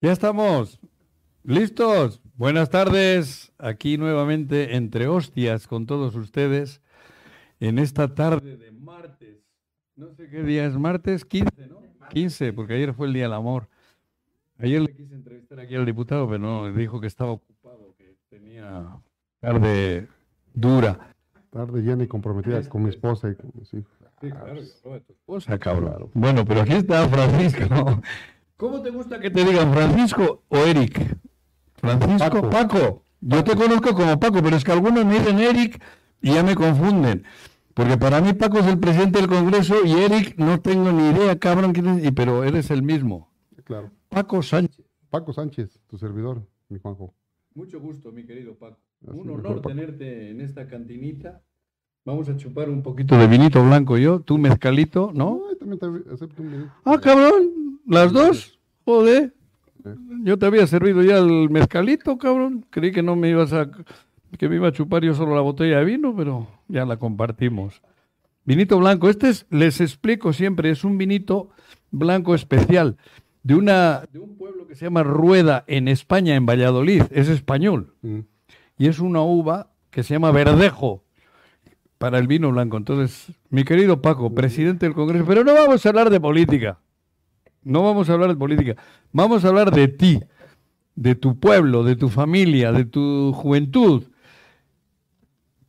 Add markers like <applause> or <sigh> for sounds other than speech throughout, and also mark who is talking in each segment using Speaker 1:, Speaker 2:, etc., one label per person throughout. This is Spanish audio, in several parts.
Speaker 1: Ya estamos listos. Buenas tardes. Aquí nuevamente entre hostias con todos ustedes en esta tarde de martes. No sé qué día es martes, 15, ¿no? 15, porque ayer fue el Día del Amor. Ayer le quise entrevistar aquí al diputado, pero no, dijo que estaba ocupado, que tenía tarde dura.
Speaker 2: Tarde llena y comprometida con mi esposa y con mis hijos.
Speaker 1: Sí, claro,
Speaker 2: pues,
Speaker 1: yo hablo de tu esposa, cabrón. Bueno, pero aquí está Francisco. ¿Cómo te gusta que te digan Francisco o Eric? Francisco, Paco.
Speaker 2: Paco.
Speaker 1: Yo te conozco como Paco, pero es que algunos me dicen Eric y ya me confunden. Porque para mí Paco es el presidente del Congreso y Eric no tengo ni idea, cabrón, quién es, y- pero eres el mismo.
Speaker 2: Claro.
Speaker 1: Paco Sánchez.
Speaker 2: Paco Sánchez, tu servidor, mi Juanjo.
Speaker 1: Mucho gusto, mi querido Paco.
Speaker 2: Así
Speaker 1: Un
Speaker 2: Ah, mejor,
Speaker 1: honor
Speaker 2: Paco.
Speaker 1: tenerte en esta cantinita. Vamos a chupar un poquito de vinito blanco yo, tú mezcalito, ¿no?
Speaker 2: Ay, también te acepto un minuto.
Speaker 1: Ah, cabrón, las dos. Joder.
Speaker 2: Eh.
Speaker 1: Yo te había servido ya el mezcalito, cabrón. Creí que no me ibas a que me iba a chupar yo solo la botella de vino, pero ya la compartimos. Vinito blanco, este es, les explico siempre, es un vinito blanco especial de una de un pueblo que se llama Rueda en España en Valladolid, es español
Speaker 2: Mm.
Speaker 1: y es una uva que se llama verdejo para el vino blanco. Entonces, mi querido Paco, presidente del Congreso, pero no vamos a hablar de política. No vamos a hablar de política. Vamos a hablar de ti, de tu pueblo, de tu familia, de tu juventud.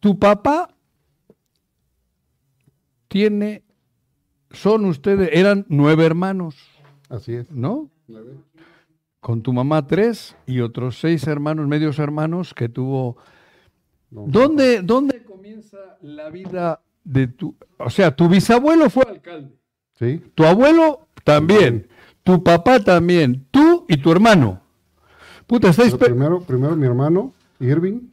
Speaker 1: Tu papá tiene, son ustedes, eran nueve hermanos,
Speaker 2: Así es.
Speaker 1: ¿no? Con tu mamá tres y otros seis hermanos, medios hermanos que tuvo
Speaker 2: No.
Speaker 1: ¿Dónde, ¿Dónde comienza la vida de tu... O sea, tu bisabuelo fue alcalde.
Speaker 2: Sí,
Speaker 1: Tu abuelo también. Tu papá también. Tú y tu hermano. Puta, estáis...
Speaker 2: pero
Speaker 1: pe-
Speaker 2: primero, primero mi hermano, Irving.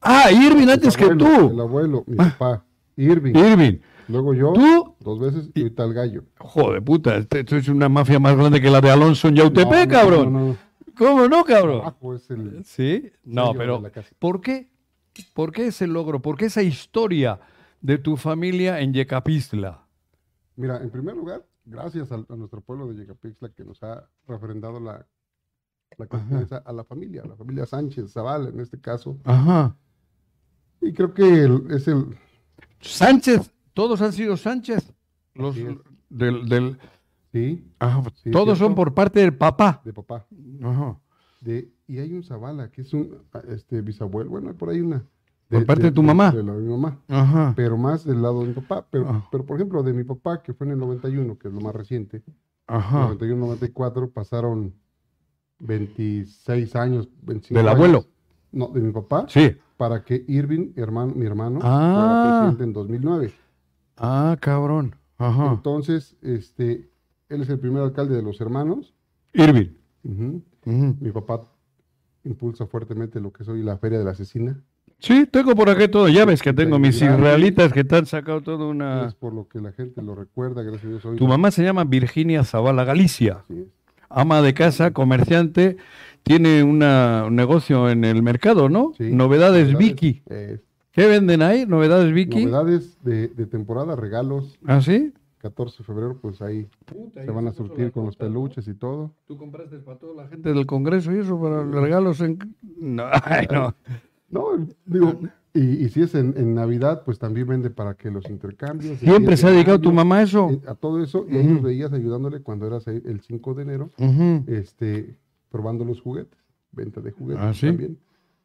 Speaker 1: Ah, Irving
Speaker 2: el
Speaker 1: antes que
Speaker 2: abuelo, El
Speaker 1: tú.
Speaker 2: abuelo, mi papá, Irving.
Speaker 1: Irving.
Speaker 2: Luego yo,
Speaker 1: ¿Tú?
Speaker 2: dos veces, y tal gallo.
Speaker 1: Joder, puta, este- esto es una mafia más grande que la de Alonso en
Speaker 2: No,
Speaker 1: Yautepec,
Speaker 2: no,
Speaker 1: cabrón.
Speaker 2: no, no.
Speaker 1: ¿Cómo no, cabrón?
Speaker 2: Paco es el...
Speaker 1: Sí, no,
Speaker 2: yo
Speaker 1: pero
Speaker 2: de la casa.
Speaker 1: ¿por qué? ¿Por qué ese logro? ¿Por qué esa historia de tu familia en Yecapistla?
Speaker 2: Mira, en primer lugar, gracias al- a, nuestro pueblo de Yecapixtla que nos ha refrendado la, la confianza a la familia, a la familia Sánchez Zaval en este caso.
Speaker 1: Ajá.
Speaker 2: Y creo que el- es el...
Speaker 1: Sánchez, todos han sido Sánchez. Los
Speaker 2: Así es.
Speaker 1: del, del-
Speaker 2: Sí, Ah, pues, sí,
Speaker 1: todos son
Speaker 2: cierto.
Speaker 1: por parte del papá.
Speaker 2: de papá.
Speaker 1: Ajá.
Speaker 2: de- y hay un Zavala que es un ah, este, bisabuelo, bueno, por ahí una.
Speaker 1: ¿Por parte de tu mamá?
Speaker 2: De, la de mi mamá,
Speaker 1: Ajá.
Speaker 2: pero más del lado de mi papá. Pero,
Speaker 1: Ah.
Speaker 2: pero por ejemplo, de mi papá, que fue en el 91, que es lo más reciente,
Speaker 1: Ajá.
Speaker 2: 91-94, pasaron 26 años, 25
Speaker 1: Del
Speaker 2: años.
Speaker 1: abuelo.
Speaker 2: No, de mi papá,
Speaker 1: Sí.
Speaker 2: para que Irving, hermano, mi hermano,
Speaker 1: Ah.
Speaker 2: fuera presidente en 2009.
Speaker 1: Ah, cabrón. Ajá.
Speaker 2: Entonces, este, él es el primer alcalde de los hermanos.
Speaker 1: Irving.
Speaker 2: Ujú.
Speaker 1: Ujú.
Speaker 2: Mi papá impulsa fuertemente lo que es hoy la Feria de la Asesina.
Speaker 1: Sí, tengo por aquí todo. Ya ves que tengo mis
Speaker 2: Gracias.
Speaker 1: israelitas que te han sacado toda
Speaker 2: Es
Speaker 1: una.
Speaker 2: por lo que la gente lo recuerda, gracias a Dios. Hoy
Speaker 1: Ah. Tu mamá se llama Virginia Zavala Galicia.
Speaker 2: Así es.
Speaker 1: Ama de casa, comerciante. Tiene una- un negocio en el mercado, ¿no?
Speaker 2: Sí.
Speaker 1: Novedades, Vicky.
Speaker 2: eh,
Speaker 1: ¿Qué venden ahí? Novedades Vicky.
Speaker 2: novedades de, de temporada, regalos.
Speaker 1: ¿Ah, sí?
Speaker 2: 14 de febrero, pues ahí se van a surtir con los peluches y todo.
Speaker 1: Tú compraste para toda la gente del Congreso y eso, para los regalos en... No, <laughs> ay, no.
Speaker 2: No, el- digo, y, y si es en, en Navidad, pues también vende para que los intercambios. el
Speaker 1: ¿Siempre
Speaker 2: 10
Speaker 1: se ha
Speaker 2: de
Speaker 1: dedicado tu
Speaker 2: mayo,
Speaker 1: mamá a eso?
Speaker 2: eh, A todo eso, y ahí nos veías ayudándole cuando eras ahí el 5 de enero,
Speaker 1: Ujú.
Speaker 2: este, probando los juguetes, venta de juguetes
Speaker 1: ¿Ah, sí?
Speaker 2: también.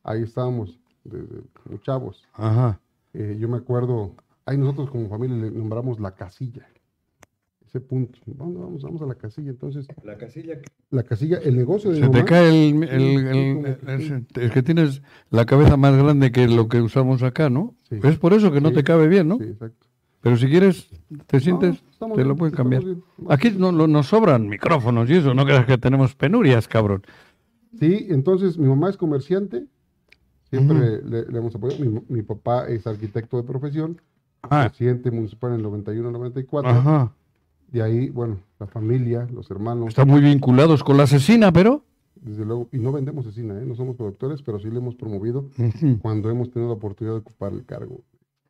Speaker 2: Ahí estábamos, desde como chavos.
Speaker 1: Ajá.
Speaker 2: Eh, yo me acuerdo, ahí nosotros como familia le nombramos la casilla. Ese punto. Vamos, vamos, vamos a la casilla. Entonces,
Speaker 1: La casilla
Speaker 2: la casilla, el negocio de mi
Speaker 1: Se te
Speaker 2: mamá,
Speaker 1: cae el... el-
Speaker 2: Sí,
Speaker 1: el-
Speaker 2: sí, como que
Speaker 1: el- es que tienes la cabeza más grande que lo que usamos acá, ¿no?
Speaker 2: Sí.
Speaker 1: Es por eso que no
Speaker 2: Sí.
Speaker 1: te cabe bien, ¿no?
Speaker 2: Sí, exacto.
Speaker 1: Pero si quieres, te sientes,
Speaker 2: No, estamos
Speaker 1: te lo
Speaker 2: bien,
Speaker 1: puedes
Speaker 2: estamos
Speaker 1: cambiar.
Speaker 2: bien. No.
Speaker 1: Aquí no, no- nos sobran micrófonos y eso, no creas que tenemos penurias, cabrón.
Speaker 2: Sí, entonces mi mamá es comerciante. Siempre le, le hemos apoyado. Mi, mi papá es arquitecto de profesión,
Speaker 1: Ah,
Speaker 2: presidente municipal en el 91-94.
Speaker 1: ajá.
Speaker 2: De ahí, bueno, la familia, los hermanos,
Speaker 1: Están muy vinculados con la asesina, pero...
Speaker 2: desde luego. Y no vendemos cecina, ¿eh? no somos productores, pero sí le hemos promovido
Speaker 1: Ujú.
Speaker 2: cuando hemos tenido la oportunidad de ocupar el cargo.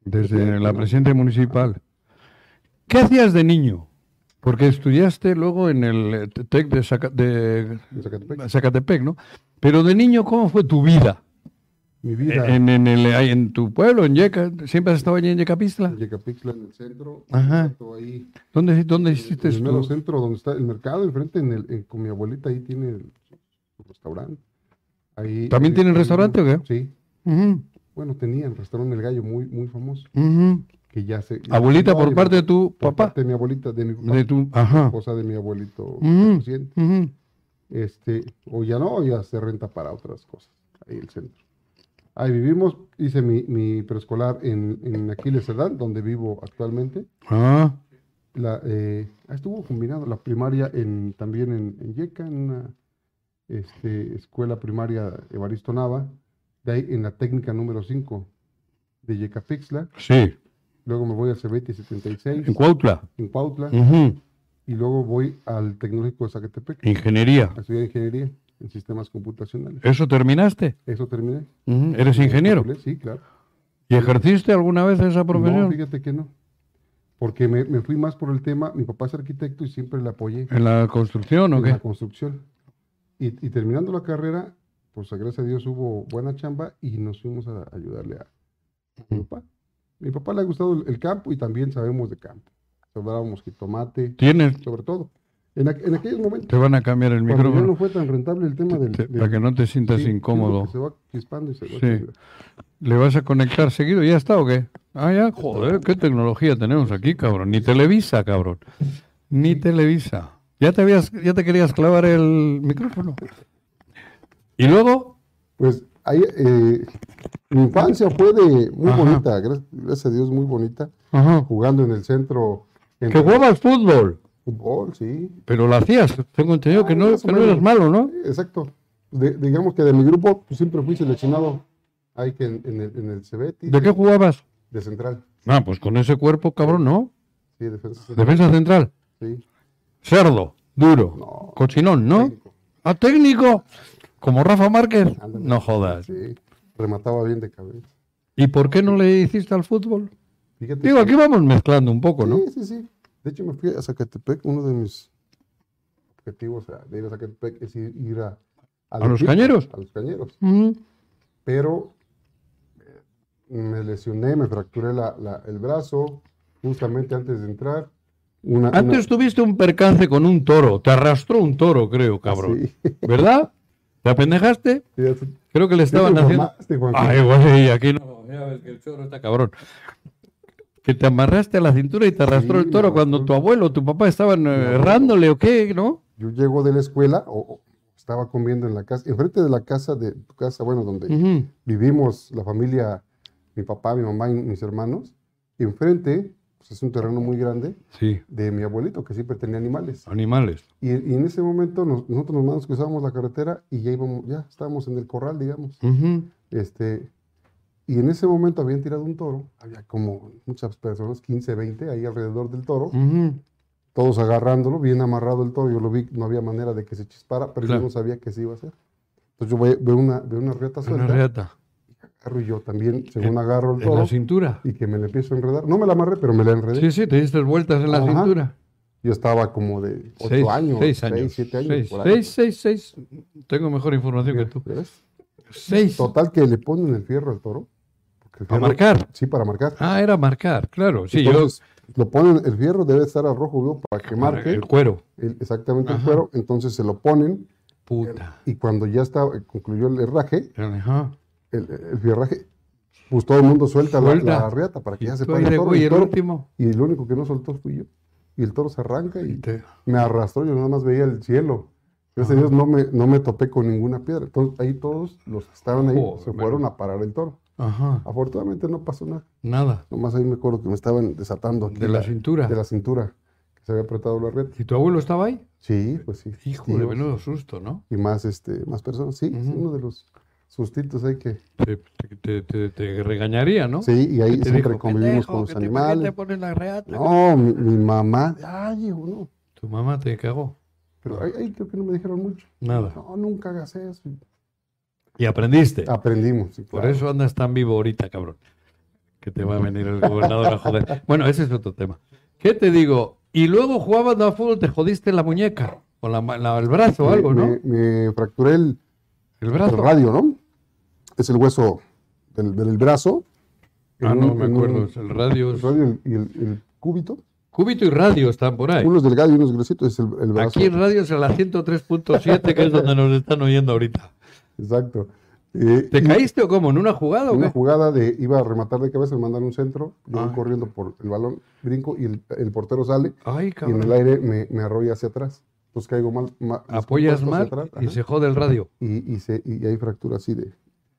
Speaker 1: Desde la
Speaker 2: ¿no?
Speaker 1: presidenta municipal. ¿Qué hacías de niño? Porque estudiaste luego en el eh, TEC de, Zaca- de
Speaker 2: en Zacatepec.
Speaker 1: Zacatepec, ¿no? Pero de niño, ¿cómo fue tu vida? Eh,
Speaker 2: Mi vida
Speaker 1: En, en, el- ahí en tu pueblo, en Yeca, ¿siempre has estado allí en Yecapistla?
Speaker 2: en Yecapixtla, en el centro.
Speaker 1: Ajá.
Speaker 2: todo Ahí,
Speaker 1: ¿Dónde, dónde
Speaker 2: en
Speaker 1: hiciste
Speaker 2: el mero
Speaker 1: esto?
Speaker 2: centro donde está el mercado, enfrente, en el, en- con mi abuelita, ahí tiene el- su restaurante. Ahí,
Speaker 1: ¿También
Speaker 2: ahí-
Speaker 1: tienen
Speaker 2: ahí-
Speaker 1: restaurante o qué?
Speaker 2: Sí.
Speaker 1: Ujú,
Speaker 2: Bueno, tenían restaurante El Gallo, muy, muy famoso.
Speaker 1: ujú.
Speaker 2: Que ya se,
Speaker 1: Abuelita,
Speaker 2: no hay,
Speaker 1: por parte de tu
Speaker 2: por
Speaker 1: papá.
Speaker 2: parte de mi abuelita, de mi papá,
Speaker 1: De tu. Ajá.
Speaker 2: esposa de mi abuelito.
Speaker 1: Mm.
Speaker 2: reciente.
Speaker 1: ujú.
Speaker 2: este, o ya no, o ya se renta para otras cosas, ahí el centro. Ahí vivimos, hice mi, mi preescolar en, en Aquiles Sedán, donde vivo actualmente.
Speaker 1: Ah,
Speaker 2: La, eh, ah, estuvo combinado la primaria en, también en, en Yeca, en una este, escuela primaria Evaristo Nava, de ahí en la técnica número 5 de Yecapixtla.
Speaker 1: sí,
Speaker 2: Luego me voy al Cebeti 76
Speaker 1: en Mm. Cuautla.
Speaker 2: en Pautla
Speaker 1: ujú,
Speaker 2: y luego voy al Tecnológico de Zacatepec
Speaker 1: Ingeniería.
Speaker 2: a estudiar ingeniería en sistemas computacionales.
Speaker 1: ¿Eso terminaste?
Speaker 2: Eso terminé.
Speaker 1: Ujú, ¿Eres ingeniero?
Speaker 2: Sí, claro.
Speaker 1: ¿Y ejerciste alguna vez esa profesión?
Speaker 2: No, fíjate que no. Porque me, me fui más por el tema, mi papá es arquitecto y siempre le apoyé
Speaker 1: ¿En la construcción o
Speaker 2: en la
Speaker 1: qué?
Speaker 2: construcción. Y, y terminando la carrera, pues gracias a Dios hubo buena chamba y nos fuimos a ayudarle a mi papá. Mi papá le ha gustado el, el campo y también sabemos de campo. Sobrábamos jitomate,
Speaker 1: ¿Tienes?
Speaker 2: sobre todo. En, aqu- en aquellos momentos,
Speaker 1: Te van a cambiar el
Speaker 2: cuando ya
Speaker 1: micrófono
Speaker 2: no fue tan rentable el tema del...
Speaker 1: te-
Speaker 2: del-
Speaker 1: para que no te sientas
Speaker 2: sí, sí,
Speaker 1: incómodo.
Speaker 2: porque Se va crispando y se va
Speaker 1: Sí. ¿Le vas a conectar seguido? ¿Ya está o qué? Ah, ya, joder, qué tecnología tenemos aquí, cabrón. Ni Televisa, cabrón. Ni Televisa. Ya te habías, ya te querías clavar el micrófono. Y luego,
Speaker 2: Pues ahí, eh, mi infancia fue de muy
Speaker 1: Ajá.
Speaker 2: bonita, gra- gracias a Dios muy bonita,
Speaker 1: ajá,
Speaker 2: jugando en el centro, en
Speaker 1: que jugabas fútbol,
Speaker 2: fútbol, sí,
Speaker 1: pero lo hacías. Tengo entendido que no,
Speaker 2: Más o
Speaker 1: que no eras
Speaker 2: menos.
Speaker 1: malo, ¿no?
Speaker 2: exacto. De- digamos que de mi grupo pues, siempre fui seleccionado ahí que en, en el, en el Cebeti,
Speaker 1: ¿De qué jugabas?
Speaker 2: de central,
Speaker 1: Ah, pues con ese cuerpo, cabrón, ¿no?
Speaker 2: sí, defensa central,
Speaker 1: Defensa central.
Speaker 2: sí,
Speaker 1: Cerdo, duro,
Speaker 2: No.
Speaker 1: cochinón, ¿no?
Speaker 2: técnico,
Speaker 1: Ah, técnico. Como Rafa Márquez.
Speaker 2: Ándale.
Speaker 1: No jodas.
Speaker 2: sí, remataba bien de cabeza.
Speaker 1: ¿Y por qué no le hiciste al fútbol?
Speaker 2: Fíjate
Speaker 1: Digo,
Speaker 2: que-
Speaker 1: aquí vamos mezclando un poco, ¿no?
Speaker 2: Sí, sí, sí. De hecho, me fui a Zacatepec. Uno de mis objetivos a- de ir a Zacatepec es ir, ir a,
Speaker 1: ¿A los cañeros?
Speaker 2: A los cañeros.
Speaker 1: Mm,
Speaker 2: Pero eh, me lesioné, me fracturé la- la- el brazo justamente antes de entrar. Una, una-
Speaker 1: Antes tuviste un percance con un toro, te arrastró un toro, creo, cabrón.
Speaker 2: Sí.
Speaker 1: ¿Verdad? ¿Te apendejaste?
Speaker 2: Ya te-
Speaker 1: Creo que le
Speaker 2: ya te
Speaker 1: estaban haciendo. Ah, eh.
Speaker 2: mamaste, Juan.
Speaker 1: Ay, güey, aquí no. Ya ves que el choro está cabrón. Que te amarraste a la cintura y te arrastró
Speaker 2: Sí,
Speaker 1: el
Speaker 2: me
Speaker 1: toro cuando
Speaker 2: arrastró.
Speaker 1: tu abuelo o tu papá estaban eh,
Speaker 2: abuelo.
Speaker 1: errándole o qué, ¿no?
Speaker 2: Yo llego de la escuela, o, o estaba comiendo en la casa, enfrente de la casa de tu casa, bueno, donde
Speaker 1: Ujú.
Speaker 2: vivimos la familia, mi papá, mi mamá y mis hermanos. Y enfrente, pues es un terreno muy grande
Speaker 1: Sí,
Speaker 2: de mi abuelito, que siempre tenía animales.
Speaker 1: animales.
Speaker 2: Y, y en ese momento nos- nosotros nos manos cruzábamos la carretera y ya íbamos, ya estábamos en el corral, digamos.
Speaker 1: Ujú.
Speaker 2: Este, y en ese momento habían tirado un toro, había como muchas personas, 15, 20, ahí alrededor del toro,
Speaker 1: Ujú.
Speaker 2: todos agarrándolo, bien amarrado el toro. Yo lo vi, no había manera de que se chispara, pero
Speaker 1: Claro.
Speaker 2: yo no sabía que se iba a hacer. Entonces yo ve- veo una, veo una reta
Speaker 1: Una
Speaker 2: suelta,
Speaker 1: reata.
Speaker 2: agarro y yo también, según agarro el
Speaker 1: En la
Speaker 2: toro,
Speaker 1: cintura.
Speaker 2: y que me le empiezo a enredar. No me la amarré, pero me la enredé.
Speaker 1: Sí, sí, te diste vueltas en la
Speaker 2: Ajá.
Speaker 1: cintura.
Speaker 2: Yo estaba como de 8
Speaker 1: Seis-
Speaker 2: años,
Speaker 1: seis
Speaker 2: 6, 7 años.
Speaker 1: Seis,
Speaker 2: por ahí.
Speaker 1: seis, seis, seis. Tengo mejor información que tú.
Speaker 2: ¿Ves?
Speaker 1: Seis.
Speaker 2: Total que le ponen el fierro al toro. porque el
Speaker 1: Para
Speaker 2: fierro-
Speaker 1: marcar.
Speaker 2: Sí, para marcar.
Speaker 1: Ah, era marcar, claro. Sí,
Speaker 2: Entonces, lo ponen, el fierro debe estar al rojo vivo para que
Speaker 1: yo. para
Speaker 2: marque
Speaker 1: El cuero.
Speaker 2: el- exactamente el cuero. Entonces se lo ponen
Speaker 1: Puta.
Speaker 2: y cuando ya está, eh, concluyó el herraje,
Speaker 1: Ajá.
Speaker 2: el, el fierraje, pues todo el mundo suelta, la-
Speaker 1: Suelta.
Speaker 2: La, riata para que
Speaker 1: Y
Speaker 2: ya se
Speaker 1: tú
Speaker 2: pare
Speaker 1: ahí
Speaker 2: el
Speaker 1: de
Speaker 2: toro.
Speaker 1: güey,
Speaker 2: el
Speaker 1: el
Speaker 2: toro-
Speaker 1: último.
Speaker 2: y lo único que no soltó fui yo. Y el toro se arranca
Speaker 1: Y
Speaker 2: y
Speaker 1: te-
Speaker 2: me arrastró, yo nada más veía el cielo. Gracias a Dios no me, no me topé con ninguna piedra. Entonces ahí todos los que estaban ahí
Speaker 1: Joder,
Speaker 2: se fueron a parar el toro.
Speaker 1: Ajá.
Speaker 2: Afortunadamente no pasó nada.
Speaker 1: Nada.
Speaker 2: Nomás ahí me acuerdo que me estaban desatando aquí
Speaker 1: De la cintura.
Speaker 2: de la cintura, que se había apretado la red.
Speaker 1: ¿Y tu abuelo estaba ahí?
Speaker 2: Sí, pues sí.
Speaker 1: Hijo de
Speaker 2: tíos
Speaker 1: menudo susto, ¿no?
Speaker 2: Y más, este, más personas. Sí, es
Speaker 1: Ujú.
Speaker 2: uno de los sustitos ahí que...
Speaker 1: Te, te- te- te- te regañaría, ¿no?
Speaker 2: Sí, y
Speaker 1: ¿Qué
Speaker 2: ahí
Speaker 1: te
Speaker 2: siempre
Speaker 1: dijo?
Speaker 2: convivimos
Speaker 1: Pendejo,
Speaker 2: con los
Speaker 1: que te- ¿por qué
Speaker 2: animales.
Speaker 1: te pones la reata?
Speaker 2: No, mi, mi mamá... Ay, hijo, no.
Speaker 1: Tu mamá te cagó.
Speaker 2: Pero ahí, ahí creo que no me dijeron mucho.
Speaker 1: Nada.
Speaker 2: No, nunca hagas eso.
Speaker 1: Y aprendiste.
Speaker 2: Aprendimos. sí,
Speaker 1: Por
Speaker 2: claro.
Speaker 1: eso andas tan vivo ahorita, cabrón. Que te va a venir el gobernador a joder. Bueno, ese es otro tema. ¿Qué te digo? Y luego jugabas a fútbol, te jodiste la muñeca o la, la- el brazo o
Speaker 2: Me-
Speaker 1: algo, ¿no?
Speaker 2: Me, me fracturé el,
Speaker 1: el
Speaker 2: el
Speaker 1: brazo.
Speaker 2: radio, ¿no? Es el hueso del, del brazo.
Speaker 1: Ah,
Speaker 2: En
Speaker 1: no,
Speaker 2: un-
Speaker 1: me
Speaker 2: en
Speaker 1: acuerdo.
Speaker 2: un-
Speaker 1: es El radio.
Speaker 2: el
Speaker 1: es-
Speaker 2: radio y el, el cúbito.
Speaker 1: Cúbito y radio están por ahí.
Speaker 2: Unos delgados y unos gruesitos. Es el, el brazo.
Speaker 1: Aquí en radio es en la 103.7, que es donde nos están oyendo ahorita.
Speaker 2: Exacto. Eh,
Speaker 1: ¿Te
Speaker 2: y
Speaker 1: caíste o cómo? ¿En una jugada o
Speaker 2: Una
Speaker 1: qué?
Speaker 2: jugada de iba a rematar de cabeza, me mandan un centro, yo voy
Speaker 1: Ah.
Speaker 2: corriendo por el balón, brinco y el, el portero sale
Speaker 1: Ay,
Speaker 2: y en el
Speaker 1: cabrón.
Speaker 2: aire me, me arrolla hacia atrás. Entonces caigo mal. ma- los
Speaker 1: Apoyas
Speaker 2: compuestos
Speaker 1: mal
Speaker 2: hacia atrás,
Speaker 1: y
Speaker 2: ajá,
Speaker 1: se jode el radio
Speaker 2: y, y se- y hay fractura así de,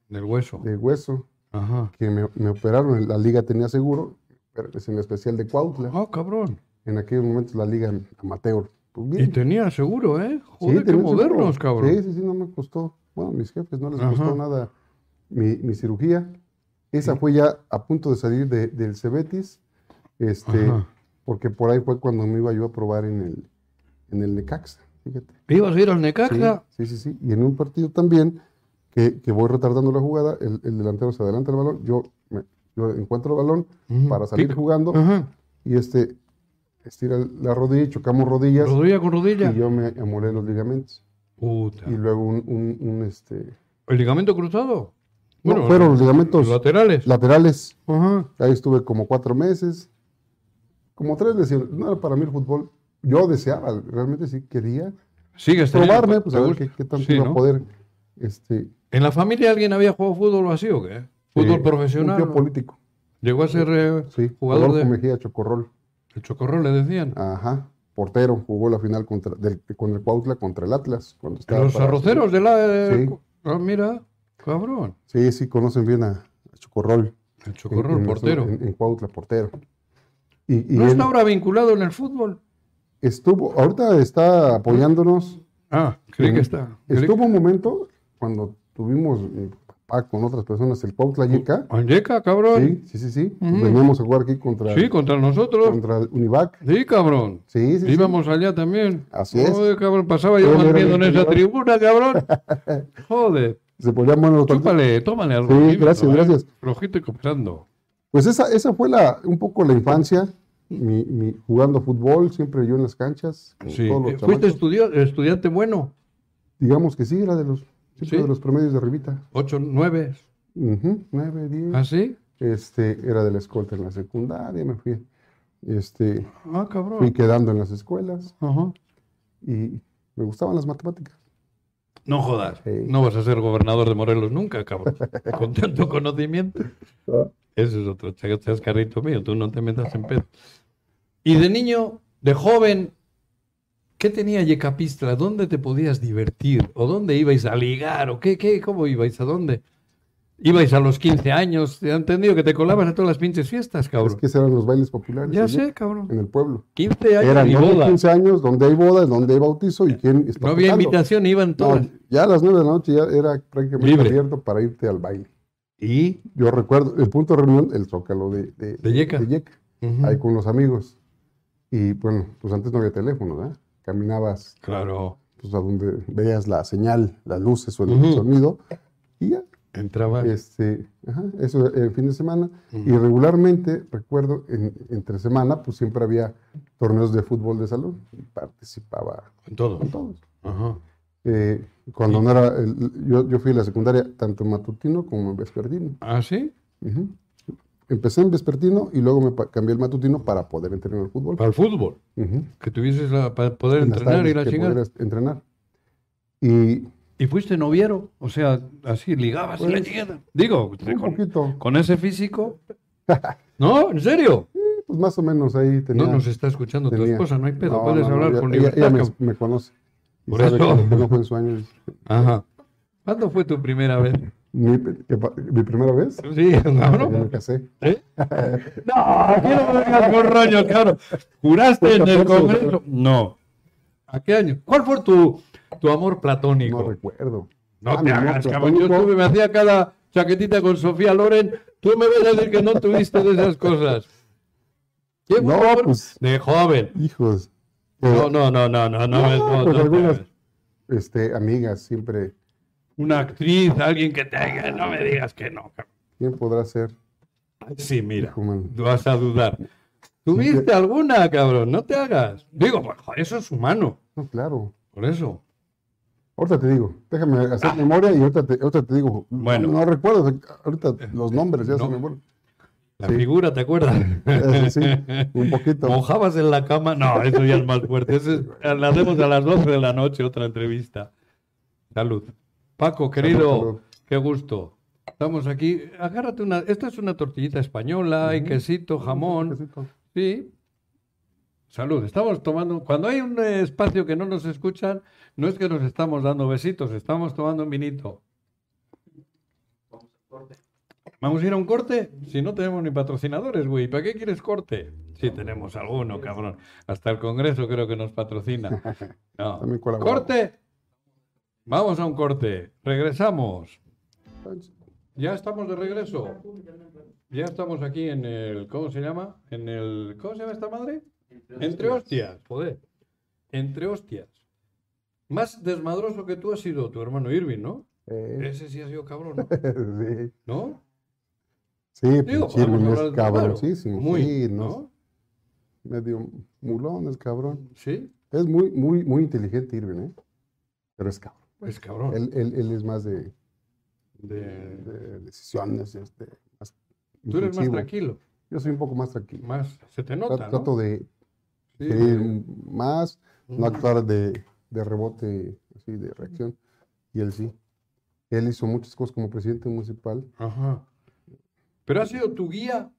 Speaker 1: del hueso.
Speaker 2: de hueso
Speaker 1: Ajá.
Speaker 2: que me, me operaron. en La liga tenía seguro, pero es en especial de Cuautla.
Speaker 1: Ah, cabrón.
Speaker 2: En aquellos momentos la liga amateur. Pues bien.
Speaker 1: Y tenía seguro, ¿eh?
Speaker 2: Sí,
Speaker 1: Joder, que
Speaker 2: tenía seguro.
Speaker 1: movernos, cabrón.
Speaker 2: Sí, sí, sí, no me costó. Bueno, mis jefes no les
Speaker 1: Ajá.
Speaker 2: costó nada mi, mi cirugía. Esa fue ya a punto de salir de- del Cebetis, este,
Speaker 1: Ajá.
Speaker 2: porque por ahí fue cuando me iba yo a probar en el, en el Necaxa, fíjate.
Speaker 1: ¿Ibas a ir al
Speaker 2: Sí,
Speaker 1: Necaxa?
Speaker 2: sí, sí, sí. Y en un partido también, que, que voy retardando la jugada, el, el delantero se adelanta el balón, yo, me- yo encuentro el balón
Speaker 1: Ujú,
Speaker 2: para salir
Speaker 1: pica. Ah.
Speaker 2: jugando
Speaker 1: Ajá.
Speaker 2: y este, estira la rodilla, y chocamos rodillas
Speaker 1: Rodilla con rodilla.
Speaker 2: y yo me amolé los ligamentos
Speaker 1: Puta.
Speaker 2: y luego un, un- un, este
Speaker 1: ¿El ligamento cruzado?
Speaker 2: no, fueron los ligamentos
Speaker 1: los laterales.
Speaker 2: laterales
Speaker 1: Ajá.
Speaker 2: ahí estuve como cuatro meses como tres lesiones no era para mí el fútbol yo deseaba realmente sí quería
Speaker 1: Sigues teniendo-
Speaker 2: probarme pues a
Speaker 1: ¿te
Speaker 2: ver
Speaker 1: gusta?
Speaker 2: qué, qué tanto
Speaker 1: Sí,
Speaker 2: iba a
Speaker 1: ¿no?
Speaker 2: poder este
Speaker 1: ¿En la familia alguien había jugado fútbol o así o qué? ¿Fútbol
Speaker 2: eh,
Speaker 1: profesional?
Speaker 2: un tío
Speaker 1: o-
Speaker 2: político
Speaker 1: Llegó a ser eh,
Speaker 2: sí
Speaker 1: jugador
Speaker 2: Adolfo
Speaker 1: de...
Speaker 2: Mejía Chocorrol
Speaker 1: El chocorro le
Speaker 2: Ah,
Speaker 1: decían.
Speaker 2: ajá portero jugó la final contra del- con el Cuautla contra el Atlas cuando estaba
Speaker 1: los
Speaker 2: para-
Speaker 1: arroceros de la... eh,
Speaker 2: Sí.
Speaker 1: ah, mira, cabrón.
Speaker 2: sí sí conocen bien a, a Chocorrol
Speaker 1: El chocorro, el
Speaker 2: en-
Speaker 1: portero.
Speaker 2: en, en Cuautla portero y, y
Speaker 1: ¿No
Speaker 2: él-
Speaker 1: está ahora vinculado en el fútbol?
Speaker 2: estuvo, ahorita está apoyándonos.
Speaker 1: Ah, creí
Speaker 2: Mm.
Speaker 1: que está. creí
Speaker 2: Estuvo un momento cuando tuvimos mi papá con otras personas el Cuautla Yeca.
Speaker 1: que- Anjeca, cabrón.
Speaker 2: Sí, sí, sí, sí.
Speaker 1: Ujú.
Speaker 2: Veníamos a jugar aquí contra,
Speaker 1: Sí, contra nosotros.
Speaker 2: contra Univac.
Speaker 1: Sí, cabrón.
Speaker 2: Sí, sí, sí.
Speaker 1: Íbamos allá también.
Speaker 2: Así es.
Speaker 1: Joder, cabrón, pasaba yo
Speaker 2: Todo
Speaker 1: más
Speaker 2: era
Speaker 1: miedo en
Speaker 2: bien
Speaker 1: esa
Speaker 2: llevado.
Speaker 1: tribuna,
Speaker 2: <laughs>
Speaker 1: cabrón. Joder,
Speaker 2: Se ponían buenos los partidos.
Speaker 1: chúpale, tómale algo.
Speaker 2: Sí, gracias, gracias.
Speaker 1: Rojito y cooperando.
Speaker 2: Pues esa, esa fue la, un poco la infancia. Mi, mi- jugando fútbol, siempre yo en las canchas. con
Speaker 1: Sí.
Speaker 2: todos los
Speaker 1: Eh, Fuiste
Speaker 2: chamacos.
Speaker 1: estudio- estudiante bueno,
Speaker 2: Digamos que sí, era de los, siempre
Speaker 1: Sí.
Speaker 2: de los promedios de arribita.
Speaker 1: ocho, nueve, ¿Ah,
Speaker 2: Ujú, Nueve, diez.
Speaker 1: así.
Speaker 2: Este, era de la escolta en la secundaria, me fui. Este,
Speaker 1: Ah,
Speaker 2: fui
Speaker 1: cabrón.
Speaker 2: quedando en las escuelas
Speaker 1: Ajá.
Speaker 2: y me gustaban las matemáticas.
Speaker 1: No jodas.
Speaker 2: Sí.
Speaker 1: No vas a ser gobernador de Morelos nunca,
Speaker 2: <laughs>
Speaker 1: cabrón. Con tanto conocimiento. Ese es otro cha- chascarrito mío, tú no te metas en pedo. Y de niño, de joven, ¿qué tenía Yecapistra? ¿Dónde te podías divertir? ¿O dónde ibais a ligar? ¿O qué, qué, cómo ibais? ¿A dónde? ¿Ibais a los 15 años? ¿Te han entendido que te colabas a todas las pinches fiestas,
Speaker 2: Es
Speaker 1: cabrón?
Speaker 2: que esos eran los bailes populares
Speaker 1: ya
Speaker 2: allí
Speaker 1: sé, cabrón.
Speaker 2: en el pueblo.
Speaker 1: 15 años
Speaker 2: Eran
Speaker 1: y
Speaker 2: nueve,
Speaker 1: boda.
Speaker 2: 15 años, donde hay boda, donde hay bautizo y quién está
Speaker 1: No había
Speaker 2: tocando.
Speaker 1: invitación, iban
Speaker 2: No,
Speaker 1: todas.
Speaker 2: ya a las 9 de la noche ya era prácticamente
Speaker 1: Libre.
Speaker 2: abierto para irte al baile.
Speaker 1: ¿Y?
Speaker 2: Yo recuerdo el punto de reunión, el zócalo de, de,
Speaker 1: De Yeca. Ujú.
Speaker 2: ahí con los amigos. Y bueno, pues antes no había teléfono, ¿verdad? Caminabas
Speaker 1: Claro,
Speaker 2: pues, a donde veías la señal, las luces o el
Speaker 1: Ujú.
Speaker 2: sonido y ya
Speaker 1: entraba.
Speaker 2: Este, ajá, eso era el fin de semana. Y regularmente, recuerdo, en- entre semana, pues siempre había torneos de fútbol de salón. Y participaba
Speaker 1: En todo.
Speaker 2: con todos.
Speaker 1: Ajá.
Speaker 2: Eh, cuando no era, el- yo, yo fui a la secundaria tanto en matutino como en vespertino.
Speaker 1: ¿Ah, sí?
Speaker 2: Ujú. Empecé en vespertino y luego me pa- cambié el matutino para poder entrenar el fútbol.
Speaker 1: Para el fútbol.
Speaker 2: Ujú.
Speaker 1: Que tuvieses la- para poder
Speaker 2: En las
Speaker 1: entrenar y
Speaker 2: tardes
Speaker 1: la
Speaker 2: que
Speaker 1: chingada.
Speaker 2: pudieras entrenar. Y
Speaker 1: Y fuiste noviero, o sea, así ligabas y la
Speaker 2: Pues,
Speaker 1: chingada. Digo,
Speaker 2: un
Speaker 1: con,
Speaker 2: poquito,
Speaker 1: con ese
Speaker 2: <laughs>
Speaker 1: físico. No, en serio.
Speaker 2: pues más o menos ahí tenía.
Speaker 1: no nos está escuchando tu
Speaker 2: tenía-
Speaker 1: esposa, no hay pedo.
Speaker 2: No,
Speaker 1: Puedes
Speaker 2: no, no,
Speaker 1: hablar
Speaker 2: ella-
Speaker 1: con
Speaker 2: ella-
Speaker 1: libertad.
Speaker 2: ella me-
Speaker 1: cabrón.
Speaker 2: me, conoce. Y
Speaker 1: Por
Speaker 2: sabe que
Speaker 1: eso.
Speaker 2: lo que no fue en sueños.
Speaker 1: Ajá. ¿Cuándo fue tu primera vez?
Speaker 2: Mi, que pa- mi primera vez,
Speaker 1: Sí, <laughs>
Speaker 2: yo me
Speaker 1: cabrón.
Speaker 2: casé.
Speaker 1: ¿Eh? No, aquí no me vengas con rollo, cabrón.
Speaker 2: Pues,
Speaker 1: ¿Juraste en el Congreso? No. ¿A qué año? ¿Cuál fue tu, tu amor
Speaker 2: No
Speaker 1: platónico?
Speaker 2: recuerdo.
Speaker 1: No
Speaker 2: Ah,
Speaker 1: te
Speaker 2: mi amor
Speaker 1: hagas, cabrón. Yo
Speaker 2: platónico.
Speaker 1: estuve, me hacía cada chaquetita con Sofía Loren. Tú me vas a decir que no tuviste de esas cosas. ¿Qué
Speaker 2: No,
Speaker 1: favor?
Speaker 2: pues-
Speaker 1: De joven.
Speaker 2: Hijos.
Speaker 1: No, no, no, no, no, no.
Speaker 2: No,
Speaker 1: no,
Speaker 2: pues
Speaker 1: no,
Speaker 2: algunas-
Speaker 1: no.
Speaker 2: Este, amigas, siempre.
Speaker 1: Una actriz, alguien que te haga, no me digas que no, cabrón.
Speaker 2: ¿Quién podrá ser?
Speaker 1: Ay, Sí, mira,
Speaker 2: Hijo, man.
Speaker 1: vas a dudar. ¿Tuviste alguna, cabrón? No te hagas. Digo, pues, joder, eso es humano.
Speaker 2: No, claro.
Speaker 1: Por eso.
Speaker 2: Ahorita te digo, déjame hacer memoria y ahorita te, ahorita te digo.
Speaker 1: Ah. Bueno. Eh,
Speaker 2: No, no recuerdo, ahorita los nombres ya se
Speaker 1: No.
Speaker 2: me
Speaker 1: <laughs>
Speaker 2: vuelven.
Speaker 1: La
Speaker 2: Sí.
Speaker 1: figura, ¿te acuerdas?
Speaker 2: <laughs> Eso sí,
Speaker 1: <laughs>
Speaker 2: un poquito.
Speaker 1: Mojabas en la cama. No, eso ya es más fuerte. Ese
Speaker 2: <laughs>
Speaker 1: es- la hacemos a las 12 de la noche, otra entrevista. Salud. Paco, querido,
Speaker 2: salud.
Speaker 1: qué gusto. Estamos aquí. Agárrate una. Esta es una tortillita española, hay
Speaker 2: Ujú.
Speaker 1: quesito, jamón. Sí. Salud. Estamos tomando. Cuando hay un eh, espacio que no nos escuchan, no es que nos estamos dando besitos, estamos tomando un vinito. Vamos a ir a un corte si no tenemos ni patrocinadores, güey. ¿Para qué quieres corte? Si tenemos alguno, cabrón. Hasta el Congreso creo que nos
Speaker 2: <laughs>
Speaker 1: patrocina. No.
Speaker 2: También colaboramos.
Speaker 1: Corte. Vamos a un corte. Regresamos. Ya estamos de regreso. Ya estamos aquí en el ¿cómo se llama? En el ¿cómo se llama esta madre? Entre hostias, joder. Entre hostias. Más desmadroso que tú has sido tu hermano Irving, ¿no?
Speaker 2: Eh,
Speaker 1: Ese sí ha sido cabrón, ¿no?
Speaker 2: <laughs> sí,
Speaker 1: ¿no?
Speaker 2: sí
Speaker 1: Digo,
Speaker 2: pinche Irving
Speaker 1: podemos
Speaker 2: es
Speaker 1: hablar de-
Speaker 2: cabroncísimo.
Speaker 1: claro, muy,
Speaker 2: sí, no es
Speaker 1: ¿no?
Speaker 2: medio mulón, es cabrón.
Speaker 1: Sí,
Speaker 2: Es muy, muy, muy inteligente Irving, ¿eh? Pero es cabrón.
Speaker 1: es cabrón.
Speaker 2: Él, él, él es más de,
Speaker 1: De-
Speaker 2: de decisiones, este, más
Speaker 1: Tú eres más
Speaker 2: impulsivo.
Speaker 1: tranquilo,
Speaker 2: Yo soy un poco más tranquilo.
Speaker 1: más se te
Speaker 2: Tra-
Speaker 1: nota, ¿no?
Speaker 2: Trato de
Speaker 1: Sí, Mm.
Speaker 2: querer
Speaker 1: de-
Speaker 2: más, no
Speaker 1: Ujú.
Speaker 2: actuar de, de rebote, así, de reacción. Y él sí. Él hizo muchas cosas como presidente municipal.
Speaker 1: Ajá. Pero ha sido tu guía.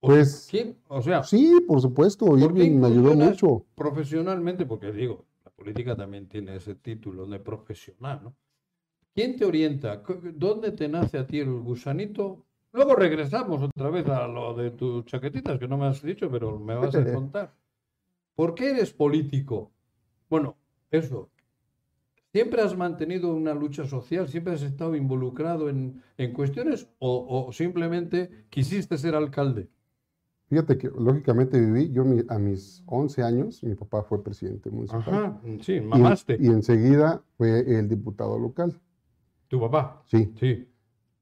Speaker 1: O-
Speaker 2: Pues-
Speaker 1: ¿quién? O sea,
Speaker 2: Sí, por supuesto,
Speaker 1: qué
Speaker 2: Irving me ayudó
Speaker 1: incursionas?
Speaker 2: mucho.
Speaker 1: profesionalmente, porque digo, la política también tiene ese título de profesional, ¿no? ¿Quién te orienta? Co- ¿Dónde te nace a ti el gusanito? Luego regresamos otra vez a lo de tus chaquetitas, que no me has dicho, pero me vas a contar. ¿Por qué eres político? Bueno, eso. ¿Siempre has mantenido una lucha social? ¿Siempre has estado involucrado en, en cuestiones? O, ¿O simplemente quisiste ser alcalde?
Speaker 2: Fíjate que lógicamente viví, yo mi- a mis 11 años, mi papá fue presidente municipal.
Speaker 1: sí,
Speaker 2: Y en-
Speaker 1: mamaste.
Speaker 2: Y, enseguida fue el diputado local.
Speaker 1: Tu papá,
Speaker 2: Sí,
Speaker 1: sí.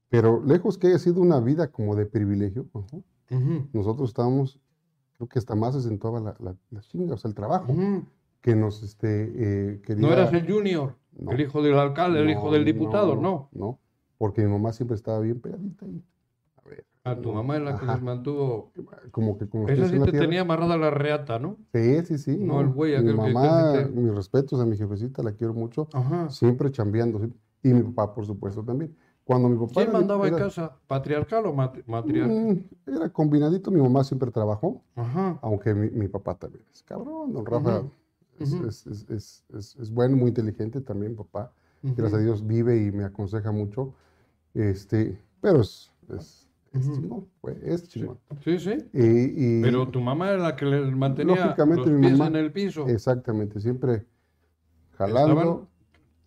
Speaker 2: pero lejos que haya sido una vida como de privilegio, ajá,
Speaker 1: Ujú.
Speaker 2: nosotros estábamos, creo que hasta más se sentaba la, la, la chinga, o sea, el trabajo
Speaker 1: Ujú.
Speaker 2: que nos este, eh, quería.
Speaker 1: No eras el junior,
Speaker 2: No.
Speaker 1: el hijo del alcalde, el
Speaker 2: No,
Speaker 1: hijo del diputado, no.
Speaker 2: No, porque mi mamá siempre estaba bien pegadita ahí. A ver,
Speaker 1: A tu mamá es la que
Speaker 2: Ajá.
Speaker 1: les mantuvo.
Speaker 2: ah, como que como
Speaker 1: Esa
Speaker 2: pies en
Speaker 1: sí
Speaker 2: la
Speaker 1: te
Speaker 2: tierra.
Speaker 1: tenía amarrada la reata, ¿no?
Speaker 2: Sí, sí, sí.
Speaker 1: No, el güey
Speaker 2: Mi
Speaker 1: aquel que- que
Speaker 2: mamá,
Speaker 1: se te-
Speaker 2: mis respetos a mi jefecita, la quiero mucho.
Speaker 1: Ajá.
Speaker 2: Siempre chambeando. siempre- Y mi papá, por supuesto, también. Cuando mi papá.
Speaker 1: ¿Quién
Speaker 2: era-
Speaker 1: mandaba en
Speaker 2: era-
Speaker 1: casa? ¿Patriarcal o matri- matriarcal?
Speaker 2: Mm, Era combinadito, mi mamá siempre trabajó,
Speaker 1: Ajá.
Speaker 2: aunque mi, mi papá también es cabrón, don Rafa
Speaker 1: Ujú,
Speaker 2: es,
Speaker 1: ujú.
Speaker 2: es- es- es- es- es bueno, muy inteligente también, papá. Gracias a Dios vive y me aconseja mucho, este, pero es, es, es
Speaker 1: Ujú.
Speaker 2: chingón, güey, es chingón.
Speaker 1: Sí, sí.
Speaker 2: Y- y-
Speaker 1: Pero tu mamá es la que les mantenía los
Speaker 2: Lógicamente, mi
Speaker 1: pies
Speaker 2: mamá
Speaker 1: en el piso.
Speaker 2: Exactamente, siempre jalando
Speaker 1: Estaban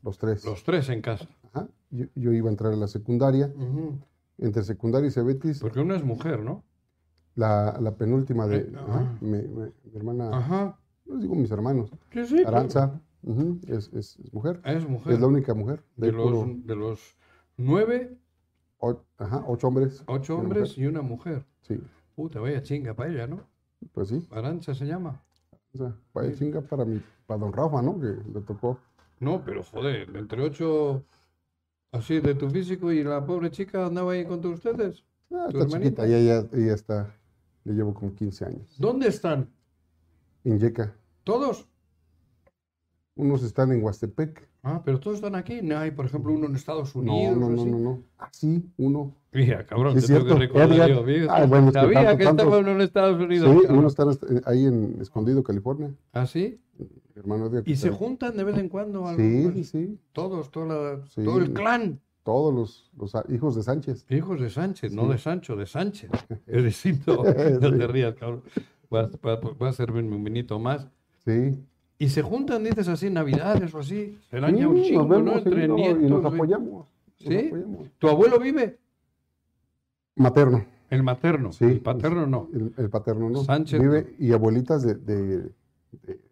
Speaker 2: los tres.
Speaker 1: Los tres en casa.
Speaker 2: Ajá. Yo, yo iba a entrar a la secundaria,
Speaker 1: Ujú.
Speaker 2: entre secundaria y Cebetis,
Speaker 1: Porque una es mujer, ¿no?
Speaker 2: la, la penúltima de
Speaker 1: Eh,
Speaker 2: ajá,
Speaker 1: ajá.
Speaker 2: mi, mi- mi hermana,
Speaker 1: Ajá.
Speaker 2: no digo mis hermanos,
Speaker 1: Sí, sí. claro.
Speaker 2: Ah. Aranza, ujú, es, es- es mujer,
Speaker 1: Es mujer.
Speaker 2: es la única mujer, de,
Speaker 1: de,
Speaker 2: ahí puro
Speaker 1: los, de los nueve,
Speaker 2: o- ajá, ocho hombres,
Speaker 1: ocho
Speaker 2: Y una
Speaker 1: hombres y una mujer.
Speaker 2: sí,
Speaker 1: Puta, vaya chinga para ella, ¿no?
Speaker 2: pues sí,
Speaker 1: Arancha se llama.
Speaker 2: o sea, vaya chinga para, mi, para don Rafa, ¿no? Que le tocó,
Speaker 1: No, pero joder, entre ocho así de tu físico y la pobre chica andaba ahí contra ustedes.
Speaker 2: ah,
Speaker 1: ¿Tu
Speaker 2: está chiquita,
Speaker 1: hermanita?
Speaker 2: ella, ella, ella está, le llevo como 15 años,
Speaker 1: ¿Dónde están?
Speaker 2: Inyeca,
Speaker 1: ¿Todos?
Speaker 2: unos están en Huastepec,
Speaker 1: Ah, pero todos están aquí. No hay, por ejemplo, uno en Estados
Speaker 2: No,
Speaker 1: Unidos.
Speaker 2: no,
Speaker 1: o
Speaker 2: no,
Speaker 1: así.
Speaker 2: no, no. Así, uno.
Speaker 1: Mira, cabrón,
Speaker 2: Sí,
Speaker 1: te
Speaker 2: es
Speaker 1: tengo que
Speaker 2: cierto,
Speaker 1: recordar
Speaker 2: Edgar.
Speaker 1: yo. mira,
Speaker 2: Ay, bueno, es que
Speaker 1: sabía
Speaker 2: tanto-
Speaker 1: que estaba
Speaker 2: tantos-
Speaker 1: uno en Estados
Speaker 2: Sí,
Speaker 1: Unidos. cabrón.
Speaker 2: uno está eh, ahí en Escondido, California.
Speaker 1: ¿Ah, sí?
Speaker 2: Mi hermano Edgar,
Speaker 1: Y se
Speaker 2: pero-
Speaker 1: juntan de vez en cuando.
Speaker 2: Sí,
Speaker 1: algunos,
Speaker 2: sí, sí.
Speaker 1: Todos, toda la-
Speaker 2: Sí.
Speaker 1: todo el clan.
Speaker 2: Todos los, los a- hijos de Sánchez.
Speaker 1: Hijos de Sánchez, no
Speaker 2: Sí.
Speaker 1: de Sancho, de Sánchez. <laughs> Es
Speaker 2: <laughs>
Speaker 1: distinto. No te
Speaker 2: Sí.
Speaker 1: rías, cabrón. Voy a- voy a- voy a servirme un vinito más.
Speaker 2: Sí.
Speaker 1: Y se juntan, dices así, navidades o así. Se
Speaker 2: Sí,
Speaker 1: dan ya un chingo,
Speaker 2: nos
Speaker 1: ¿no?
Speaker 2: vemos
Speaker 1: Entre
Speaker 2: seguido
Speaker 1: nietos.
Speaker 2: y nos
Speaker 1: güey.
Speaker 2: apoyamos. nos
Speaker 1: ¿Sí?
Speaker 2: apoyamos.
Speaker 1: ¿Tu abuelo vive?
Speaker 2: Materno.
Speaker 1: El materno.
Speaker 2: Sí.
Speaker 1: El paterno no.
Speaker 2: El, el paterno, ¿no?
Speaker 1: Sánchez,
Speaker 2: Vive y abuelitas de. De, de-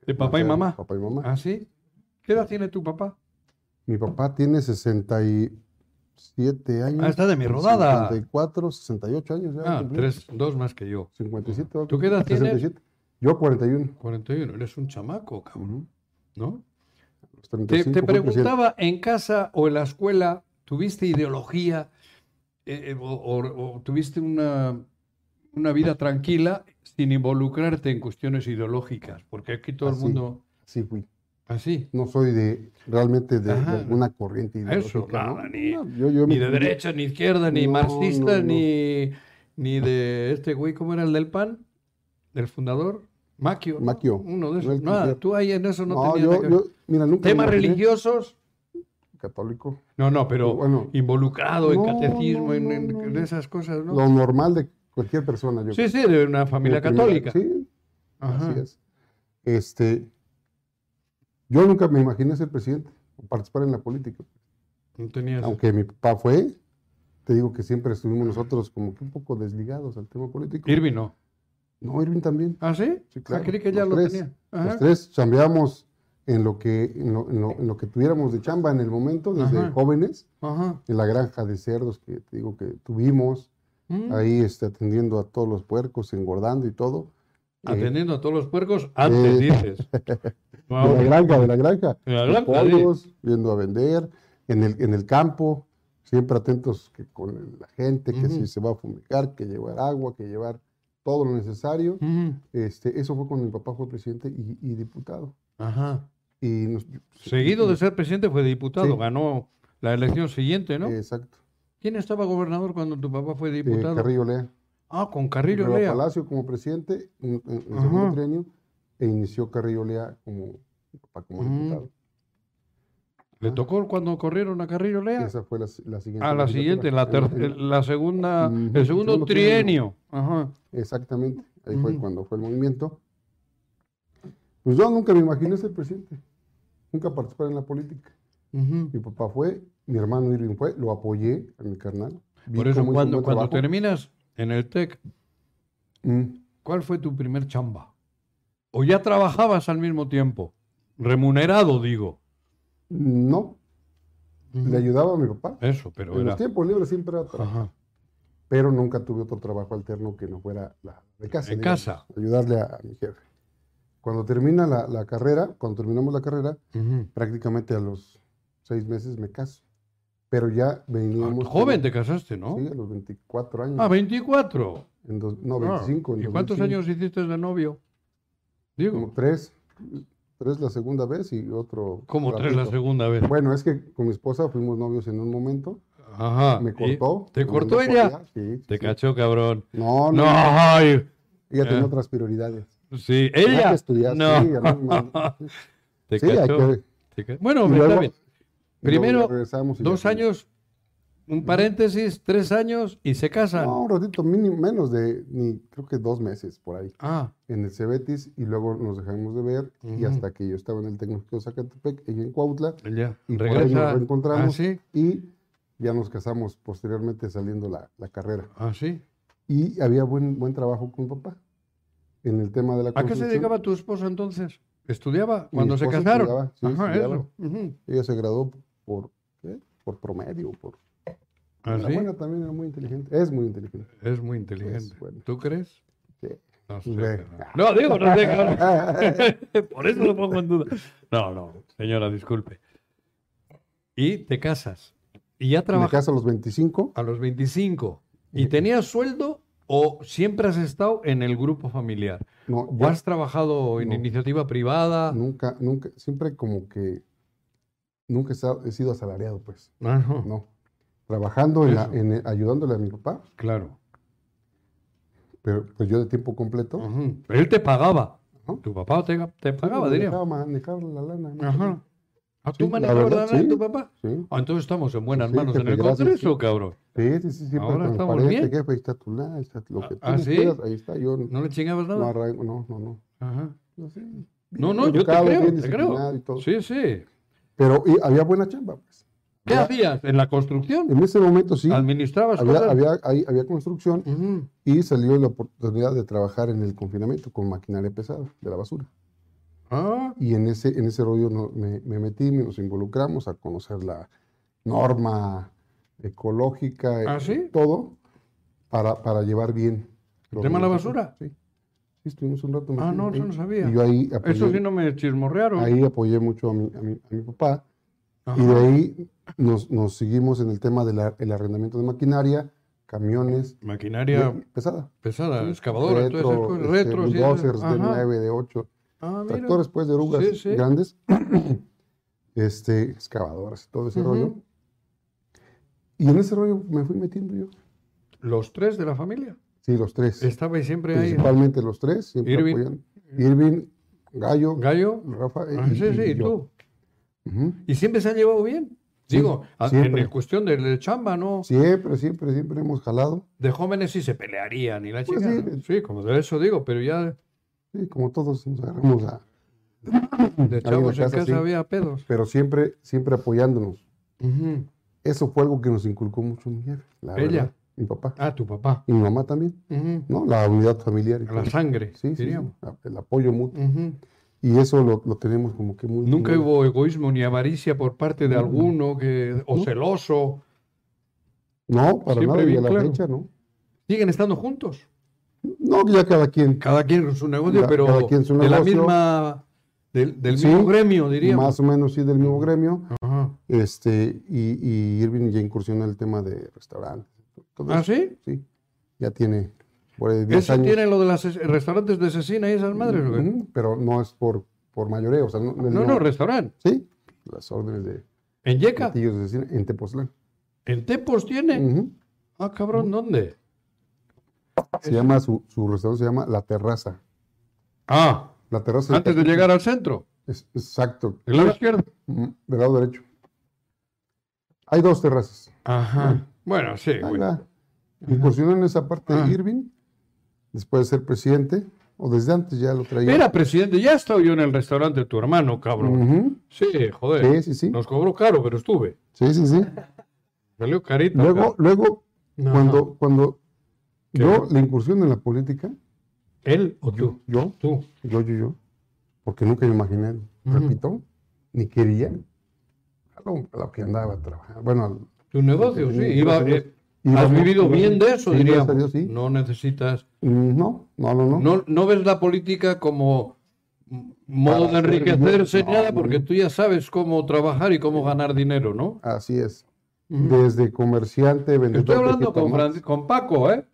Speaker 1: De papá y
Speaker 2: materno,
Speaker 1: mamá.
Speaker 2: Papá y mamá.
Speaker 1: ¿Ah, sí? ¿Qué edad tiene tu papá?
Speaker 2: Mi papá tiene 60 y, 57 años.
Speaker 1: Ah, está de mi rodada.
Speaker 2: 54, 68 años. Ya
Speaker 1: Ah,
Speaker 2: cumplí.
Speaker 1: tres, dos más que yo.
Speaker 2: 57. va a
Speaker 1: ¿Tú qué
Speaker 2: cumplir.
Speaker 1: edad tienes?
Speaker 2: 67. Yo 41.
Speaker 1: 41, eres un chamaco, cabrón, ¿no? Te,
Speaker 2: Los 35
Speaker 1: te
Speaker 2: cumplo siete.
Speaker 1: preguntaba, ¿en casa o en la escuela tuviste ideología eh, eh, o, o- o tuviste una, una vida tranquila sin involucrarte en cuestiones ideológicas? Porque aquí todo el
Speaker 2: Así.
Speaker 1: mundo...
Speaker 2: Sí, fui.
Speaker 1: Así.
Speaker 2: No soy de realmente de, de
Speaker 1: Ajá.
Speaker 2: alguna corriente ideológica.
Speaker 1: Eso, nada,
Speaker 2: ¿no?
Speaker 1: ni-
Speaker 2: No, yo- yo
Speaker 1: Ni
Speaker 2: me-
Speaker 1: de derecha, ni izquierda, ni
Speaker 2: No,
Speaker 1: marxista,
Speaker 2: no, no.
Speaker 1: Ni, ni de este güey, ¿cómo era el del PAN? ¿Del fundador? Maquio. ¿no?
Speaker 2: Maquio.
Speaker 1: Uno de
Speaker 2: No,
Speaker 1: esos.
Speaker 2: el
Speaker 1: Nada,
Speaker 2: Quinquer.
Speaker 1: tú ahí en eso no,
Speaker 2: No,
Speaker 1: tenías nada
Speaker 2: yo,
Speaker 1: que
Speaker 2: yo, mira, nunca me
Speaker 1: ¿Temas
Speaker 2: imaginé
Speaker 1: religiosos?
Speaker 2: Católico.
Speaker 1: No, no, pero
Speaker 2: Bueno.
Speaker 1: involucrado en
Speaker 2: No,
Speaker 1: catecismo,
Speaker 2: no,
Speaker 1: en,
Speaker 2: no,
Speaker 1: en-
Speaker 2: no,
Speaker 1: en
Speaker 2: no.
Speaker 1: esas cosas, ¿no?
Speaker 2: Lo normal de cualquier persona. Yo
Speaker 1: Sí, sí, de una familia
Speaker 2: De primera-
Speaker 1: católica.
Speaker 2: Sí,
Speaker 1: Ajá.
Speaker 2: así es. Este, yo nunca me imaginé ser presidente o participar en la política.
Speaker 1: No tenías.
Speaker 2: Aunque mi papá fue, te digo que siempre estuvimos nosotros como que un poco desligados al tema político.
Speaker 1: Irving no.
Speaker 2: No, Irving también.
Speaker 1: ¿Ah, sí?
Speaker 2: Sí, claro.
Speaker 1: Ah, creí que ya
Speaker 2: Los
Speaker 1: lo
Speaker 2: tres.
Speaker 1: tenía.
Speaker 2: Los
Speaker 1: Ajá.
Speaker 2: tres chambeamos en lo que, en lo, en lo- en lo que tuviéramos de chamba en el momento, desde
Speaker 1: Ajá.
Speaker 2: jóvenes,
Speaker 1: Ajá.
Speaker 2: en la granja de cerdos que te digo que tuvimos,
Speaker 1: Mm.
Speaker 2: ahí este, atendiendo a todos los puercos, engordando y todo. Eh,
Speaker 1: Atendiendo a todos los puercos antes,
Speaker 2: Eh. <laughs>
Speaker 1: dices.
Speaker 2: de la
Speaker 1: Wow.
Speaker 2: granja, de la granja.
Speaker 1: En la
Speaker 2: Los
Speaker 1: granja,
Speaker 2: pollos, viendo a vender, en el, en el campo, siempre atentos que con el- la gente, que
Speaker 1: Ujú.
Speaker 2: si se va a fumigar, que llevar agua, que llevar todo lo necesario.
Speaker 1: Mm.
Speaker 2: Este, eso fue cuando mi papá fue presidente y, y diputado.
Speaker 1: Ajá.
Speaker 2: Y nos-
Speaker 1: Seguido de ser presidente fue diputado,
Speaker 2: Sí.
Speaker 1: ganó la elección siguiente, ¿no?
Speaker 2: Exacto.
Speaker 1: ¿Quién estaba gobernador cuando tu papá fue
Speaker 2: Eh,
Speaker 1: diputado?
Speaker 2: Carrillo Lea.
Speaker 1: Ah, con Carrillo
Speaker 2: Nueva
Speaker 1: Lea.
Speaker 2: Palacio como presidente en, en- en
Speaker 1: Ajá.
Speaker 2: segundo trienio e inició Carrillo Lea como, mi papá como
Speaker 1: Ujú.
Speaker 2: diputado.
Speaker 1: ¿Le tocó cuando corrieron a Carrillo Lea?
Speaker 2: Esa fue la, la siguiente.
Speaker 1: A la
Speaker 2: legislatura. Eh,
Speaker 1: siguiente, la, ter-
Speaker 2: En- en-
Speaker 1: el- la segunda,
Speaker 2: Ujú,
Speaker 1: el segundo
Speaker 2: segundo trienio.
Speaker 1: trienio. Ajá.
Speaker 2: Exactamente, ahí fue
Speaker 1: Ujú.
Speaker 2: cuando fue el movimiento. Pues yo nunca me imaginé ser presidente, nunca participar en la política.
Speaker 1: ujú.
Speaker 2: Mi papá fue, mi hermano Irving fue, lo apoyé a mi carnal. vi
Speaker 1: Por eso,
Speaker 2: cómo hizo un
Speaker 1: cuando,
Speaker 2: buen
Speaker 1: cuando
Speaker 2: trabajo.
Speaker 1: terminas en el TEC,
Speaker 2: Mm,
Speaker 1: ¿cuál fue tu primer chamba? ¿O ya trabajabas al mismo tiempo? Remunerado, digo.
Speaker 2: No, le ayudaba a mi papá.
Speaker 1: Eso, pero
Speaker 2: en
Speaker 1: era...
Speaker 2: los tiempos libres siempre era trabajo,
Speaker 1: Ajá.
Speaker 2: pero nunca tuve otro trabajo alterno que no fuera la de casa.
Speaker 1: En
Speaker 2: digamos,
Speaker 1: casa.
Speaker 2: Ayudarle a, a mi jefe. Cuando termina la, la carrera, cuando terminamos la carrera,
Speaker 1: Ujú.
Speaker 2: prácticamente a los seis meses me caso. Pero ya veníamos...
Speaker 1: Ah, Joven
Speaker 2: con-
Speaker 1: te casaste, ¿no?
Speaker 2: Sí, a los 24 años.
Speaker 1: Ah, 24.
Speaker 2: en dos- no,
Speaker 1: Ah,
Speaker 2: 25. en
Speaker 1: ¿Y cuántos
Speaker 2: 2005.
Speaker 1: años hiciste de novio? Digo,
Speaker 2: Como tres. Tres la segunda vez y otro.
Speaker 1: como tres la
Speaker 2: ratito.
Speaker 1: segunda vez.
Speaker 2: Bueno, es que con mi esposa fuimos novios en un momento.
Speaker 1: Ajá.
Speaker 2: Me
Speaker 1: Ah, ¿y
Speaker 2: cortó.
Speaker 1: ¿Te
Speaker 2: me
Speaker 1: cortó
Speaker 2: mandó por
Speaker 1: ella?
Speaker 2: allá, Sí, sí,
Speaker 1: Te
Speaker 2: sí.
Speaker 1: cachó, cabrón.
Speaker 2: No,
Speaker 1: No,
Speaker 2: no.
Speaker 1: ay,
Speaker 2: Ella tenía
Speaker 1: Eh.
Speaker 2: otras prioridades.
Speaker 1: Sí,
Speaker 2: Tenía
Speaker 1: ella.
Speaker 2: que estudiar.
Speaker 1: no.
Speaker 2: Sí, a mí me mandó-
Speaker 1: <laughs> Te
Speaker 2: Sí, hay
Speaker 1: cachó,
Speaker 2: que-
Speaker 1: te ca- Bueno,
Speaker 2: y
Speaker 1: hombre,
Speaker 2: luego-
Speaker 1: está bien.
Speaker 2: y luego
Speaker 1: Primero,
Speaker 2: regresamos y ya
Speaker 1: Dos
Speaker 2: fue.
Speaker 1: años, un paréntesis, tres años y se casan.
Speaker 2: No, un ratito, mínimo, menos de, ni creo que dos meses por ahí.
Speaker 1: Ah,
Speaker 2: en el Cebetis y luego nos dejamos de ver y
Speaker 1: Ujú.
Speaker 2: hasta que yo estaba en el Tecnológico de Zacatepec, ella en Cuautla
Speaker 1: ya.
Speaker 2: y por ahí nos
Speaker 1: Regresa.
Speaker 2: reencontramos
Speaker 1: Ah, sí.
Speaker 2: y ya nos casamos posteriormente saliendo la, la carrera.
Speaker 1: Ah, sí.
Speaker 2: Y había buen, buen trabajo con papá en el tema de la
Speaker 1: ¿A qué se
Speaker 2: construcción.
Speaker 1: dedicaba tu esposa entonces? ¿Estudiaba cuando se
Speaker 2: esposa
Speaker 1: casaron?
Speaker 2: estudiaba, sí,
Speaker 1: Ajá,
Speaker 2: estudiaba.
Speaker 1: eso. Ujú.
Speaker 2: Ella se graduó por, ¿qué? por promedio, por...
Speaker 1: Ah,
Speaker 2: La
Speaker 1: sí.
Speaker 2: buena también era muy inteligente, es muy
Speaker 1: <laughs>
Speaker 2: inteligente. <laughs>
Speaker 1: Es muy inteligente.
Speaker 2: Es Pues, bueno.
Speaker 1: ¿Tú crees?
Speaker 2: Sí.
Speaker 1: No, sé,
Speaker 2: Ve.
Speaker 1: cabrón. No, digo, no sé,
Speaker 2: <laughs>
Speaker 1: cabrón. Por eso lo pongo en duda. No, no, señora, disculpe. Y te casas. Y ya
Speaker 2: Me
Speaker 1: trabajas
Speaker 2: caso a los 25,
Speaker 1: a los 25. ¿Y tenías sueldo o siempre has estado en el grupo familiar?
Speaker 2: no,
Speaker 1: ¿O
Speaker 2: ya-
Speaker 1: has trabajado en
Speaker 2: no.
Speaker 1: iniciativa privada?
Speaker 2: Nunca, nunca, siempre como que nunca he sa- he sido asalariado, pues.
Speaker 1: Ah, no,
Speaker 2: No. Trabajando en la-
Speaker 1: Eso.
Speaker 2: en el- ayudándole a mi papá,
Speaker 1: Claro.
Speaker 2: pero pues yo de tiempo completo.
Speaker 1: Ujú. Él te pagaba.
Speaker 2: Ajá.
Speaker 1: Tu papá te, te pagaba,
Speaker 2: me
Speaker 1: diría.
Speaker 2: dejaba manejar la lana. ¿no?
Speaker 1: Ajá. ¿A
Speaker 2: Sí,
Speaker 1: tú
Speaker 2: la
Speaker 1: manejabas
Speaker 2: verdad,
Speaker 1: la lana de
Speaker 2: sí.
Speaker 1: tu papá?
Speaker 2: Sí,
Speaker 1: Ah, entonces estamos en buenas
Speaker 2: Sí,
Speaker 1: manos en
Speaker 2: jefe,
Speaker 1: el
Speaker 2: gracias,
Speaker 1: Congreso,
Speaker 2: sí.
Speaker 1: cabrón.
Speaker 2: sí, sí, sí, siempre
Speaker 1: Ahora estamos
Speaker 2: transparente,
Speaker 1: bien.
Speaker 2: jefe, ahí está tu lana, ahí está lo que
Speaker 1: Ah,
Speaker 2: tú
Speaker 1: ¿sí?
Speaker 2: quieras, ahí está, yo no,
Speaker 1: ¿No le chingabas
Speaker 2: no
Speaker 1: nada?
Speaker 2: arranco, no, no, no.
Speaker 1: Ajá.
Speaker 2: No, sí, bien
Speaker 1: No, no, yo te
Speaker 2: educado,
Speaker 1: creo,
Speaker 2: bien
Speaker 1: te
Speaker 2: disciplinado
Speaker 1: creo.
Speaker 2: y todo.
Speaker 1: Sí, sí.
Speaker 2: Pero y había buena chamba, pues.
Speaker 1: ¿Qué
Speaker 2: Había-
Speaker 1: hacías? ¿En la construcción?
Speaker 2: En ese momento sí,
Speaker 1: ¿Administrabas
Speaker 2: había,
Speaker 1: cosas?
Speaker 2: había, ahí había construcción
Speaker 1: Ujú.
Speaker 2: y salió la oportunidad de trabajar en el confinamiento con maquinaria pesada de la basura.
Speaker 1: Ah,
Speaker 2: Y en ese, en ese rollo no- me, me metí, me- nos involucramos a conocer la norma, ecológica,
Speaker 1: ¿Ah, sí?
Speaker 2: todo, para, para llevar bien.
Speaker 1: ¿El tema de la basura?
Speaker 2: Sí. Sí, estuvimos un rato.
Speaker 1: Ah,
Speaker 2: metidos
Speaker 1: no, eso
Speaker 2: ahí.
Speaker 1: no sabía.
Speaker 2: Y yo ahí
Speaker 1: Eso
Speaker 2: apoyé,
Speaker 1: sí no me chismorrearon.
Speaker 2: ahí apoyé mucho a mi, a mi- a mi papá.
Speaker 1: Ajá.
Speaker 2: Y de ahí nos, nos seguimos en el tema del ar- el arrendamiento de maquinaria, camiones,
Speaker 1: Maquinaria
Speaker 2: de- pesada.
Speaker 1: pesada,
Speaker 2: Sí.
Speaker 1: excavadora,
Speaker 2: retro,
Speaker 1: todo eso. Retro,
Speaker 2: este,
Speaker 1: sí,
Speaker 2: bulldozers
Speaker 1: ajá.
Speaker 2: de 9, de 8,
Speaker 1: Ah, mira.
Speaker 2: tractores pues de orugas
Speaker 1: Sí, sí.
Speaker 2: grandes, <coughs> este, excavadoras, todo ese
Speaker 1: Ujú.
Speaker 2: rollo. Y en ese rollo me fui metiendo yo.
Speaker 1: Los tres de la familia.
Speaker 2: Sí, los tres.
Speaker 1: Estabais siempre Este ahí.
Speaker 2: principalmente los tres, siempre
Speaker 1: Irving.
Speaker 2: apoyando. Irving, Gallo,
Speaker 1: Gallo.
Speaker 2: Rafa
Speaker 1: Ah,
Speaker 2: y,
Speaker 1: sí, sí,
Speaker 2: y
Speaker 1: y
Speaker 2: yo.
Speaker 1: tú.
Speaker 2: Ujú.
Speaker 1: Y siempre se han llevado bien.
Speaker 2: Sí,
Speaker 1: Digo, a- en
Speaker 2: siempre.
Speaker 1: el cuestión de, de chamba, ¿no?
Speaker 2: Siempre, siempre, siempre hemos jalado,
Speaker 1: De jóvenes sí se pelearían y la
Speaker 2: Pues
Speaker 1: chica.
Speaker 2: sí.
Speaker 1: ¿no? sí, como de eso digo, pero ya
Speaker 2: sí, como todos nos agarramos a...
Speaker 1: de
Speaker 2: en la
Speaker 1: chavos en
Speaker 2: casa,
Speaker 1: casa
Speaker 2: sí.
Speaker 1: había pedos.
Speaker 2: Pero siempre, siempre apoyándonos.
Speaker 1: Ujú.
Speaker 2: Eso fue algo que nos inculcó mucho mi jefe, la
Speaker 1: Ella.
Speaker 2: verdad, mi papá.
Speaker 1: Ah, tu papá.
Speaker 2: Y mi mamá también.
Speaker 1: Ujú.
Speaker 2: ¿no? La unidad familiar. y
Speaker 1: A La
Speaker 2: todo.
Speaker 1: sangre,
Speaker 2: Sí, sí, sí,
Speaker 1: diríamos.
Speaker 2: la- el apoyo mutuo.
Speaker 1: Ujú.
Speaker 2: Y eso lo, lo tenemos como que muy...
Speaker 1: Nunca
Speaker 2: muy-
Speaker 1: hubo egoísmo ni avaricia por parte de alguno que, o
Speaker 2: No.
Speaker 1: celoso.
Speaker 2: No, para
Speaker 1: siempre
Speaker 2: nada, y a
Speaker 1: bien
Speaker 2: la
Speaker 1: claro.
Speaker 2: fecha, ¿no?
Speaker 1: Siguen estando juntos.
Speaker 2: No, ya cada quien,
Speaker 1: Cada quien con su negocio,
Speaker 2: Cada-
Speaker 1: pero
Speaker 2: cada quien su
Speaker 1: de la
Speaker 2: negocio.
Speaker 1: misma, del, del
Speaker 2: Sí,
Speaker 1: mismo gremio, diríamos.
Speaker 2: más o menos, sí, del mismo gremio.
Speaker 1: Ajá.
Speaker 2: Este, y, y Irving ya incursiona en el tema de restaurantes. Todo
Speaker 1: ¿Ah,
Speaker 2: eso,
Speaker 1: sí?
Speaker 2: Sí, ya tiene por ahí 10
Speaker 1: ¿Eso
Speaker 2: años.
Speaker 1: tiene lo de los restaurantes de cecina y esas madres? o qué?
Speaker 2: Ujú, pero no es por, por mayoreo, o sea, no...
Speaker 1: No, no, restaurante.
Speaker 2: Sí, las órdenes de
Speaker 1: ¿En Yeca?
Speaker 2: platillos de cine en Tepoztlán.
Speaker 1: ¿En Tepos tiene?
Speaker 2: Mm. Ujú.
Speaker 1: Ah, cabrón, ¿dónde?
Speaker 2: Se llama, su, su restaurante se llama La Terraza.
Speaker 1: Ah,
Speaker 2: La Terraza.
Speaker 1: antes de llegar al centro.
Speaker 2: Es- Exacto,
Speaker 1: ¿El lado izquierdo?
Speaker 2: Ujú, Del lado derecho. Hay dos terrazas.
Speaker 1: Ajá. Bueno, sí,
Speaker 2: Ahí
Speaker 1: güey.
Speaker 2: va. Incursionó en esa parte
Speaker 1: Ah.
Speaker 2: de Irving, después de ser presidente, o desde antes ya lo traía.
Speaker 1: Era presidente, ya estaba yo en el restaurante de tu hermano, cabrón.
Speaker 2: Ujú.
Speaker 1: Sí, joder.
Speaker 2: Mm. Sí, sí, sí.
Speaker 1: Nos cobró caro, pero estuve.
Speaker 2: Sí, sí, sí.
Speaker 1: Salió carito.
Speaker 2: Luego, luego
Speaker 1: No,
Speaker 2: cuando, cuando
Speaker 1: ¿Qué?
Speaker 2: yo la incursión en la política,
Speaker 1: ¿Él o tú?
Speaker 2: yo,
Speaker 1: Tú.
Speaker 2: yo, yo, yo, porque nunca me imaginé, repito, ni quería a lo, a lo que andaba trabajando. Bueno,
Speaker 1: Tu negocio, sí.
Speaker 2: Gracias
Speaker 1: Iba,
Speaker 2: a Dios.
Speaker 1: eh,
Speaker 2: iba-
Speaker 1: has vivido
Speaker 2: iba-
Speaker 1: bien de eso,
Speaker 2: sí, gracias a
Speaker 1: diríamos.
Speaker 2: Dios, sí.
Speaker 1: No necesitas...
Speaker 2: Mm, no, no, no. no.
Speaker 1: No, no ves la política como m- modo de
Speaker 2: Para hacer
Speaker 1: enriquecerse
Speaker 2: dinero,
Speaker 1: ni nada,
Speaker 2: no, no,
Speaker 1: porque
Speaker 2: no.
Speaker 1: tú ya sabes cómo trabajar y cómo ganar dinero, ¿no?
Speaker 2: Así es.
Speaker 1: Ujú.
Speaker 2: Desde comerciante, vendedor.
Speaker 1: Estoy
Speaker 2: de
Speaker 1: hablando con,
Speaker 2: jitomates.
Speaker 1: Fran- con Paco, ¿eh?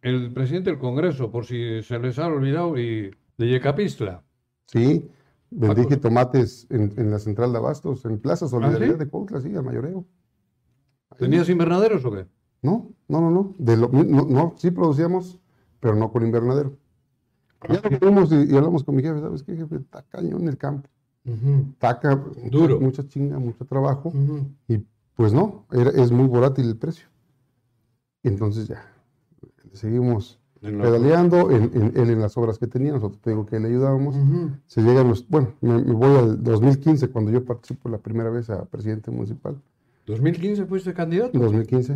Speaker 1: El presidente del Congreso, por si se les ha olvidado, y de Yecapistla.
Speaker 2: Sí, vendí
Speaker 1: Paco.
Speaker 2: jitomates en, en la central de Abastos, en Plaza Solidaridad
Speaker 1: ¿Ah, sí?
Speaker 2: de Cuautla, sí, al mayoreo. Ahí.
Speaker 1: ¿Tenías invernaderos o qué?
Speaker 2: No, no, no, no. De lo- no, no, sí producíamos, pero no con invernadero. Ya lo vimos y, y hablamos con mi jefe, ¿sabes qué, jefe? Está cañón el campo.
Speaker 1: Ujú,
Speaker 2: Taca,
Speaker 1: Duro.
Speaker 2: mucha chinga, mucho trabajo.
Speaker 1: ujú.
Speaker 2: Y pues no, era- es muy volátil el precio. Entonces ya, seguimos
Speaker 1: En la-
Speaker 2: pedaleando, él, él- él en las obras que tenía, nosotros te digo que le ayudábamos.
Speaker 1: Ujú.
Speaker 2: Se llegan los, bueno, me, me voy al 2015 cuando yo participo la primera vez a presidente municipal.
Speaker 1: 2015 fuiste
Speaker 2: En
Speaker 1: candidato
Speaker 2: 2015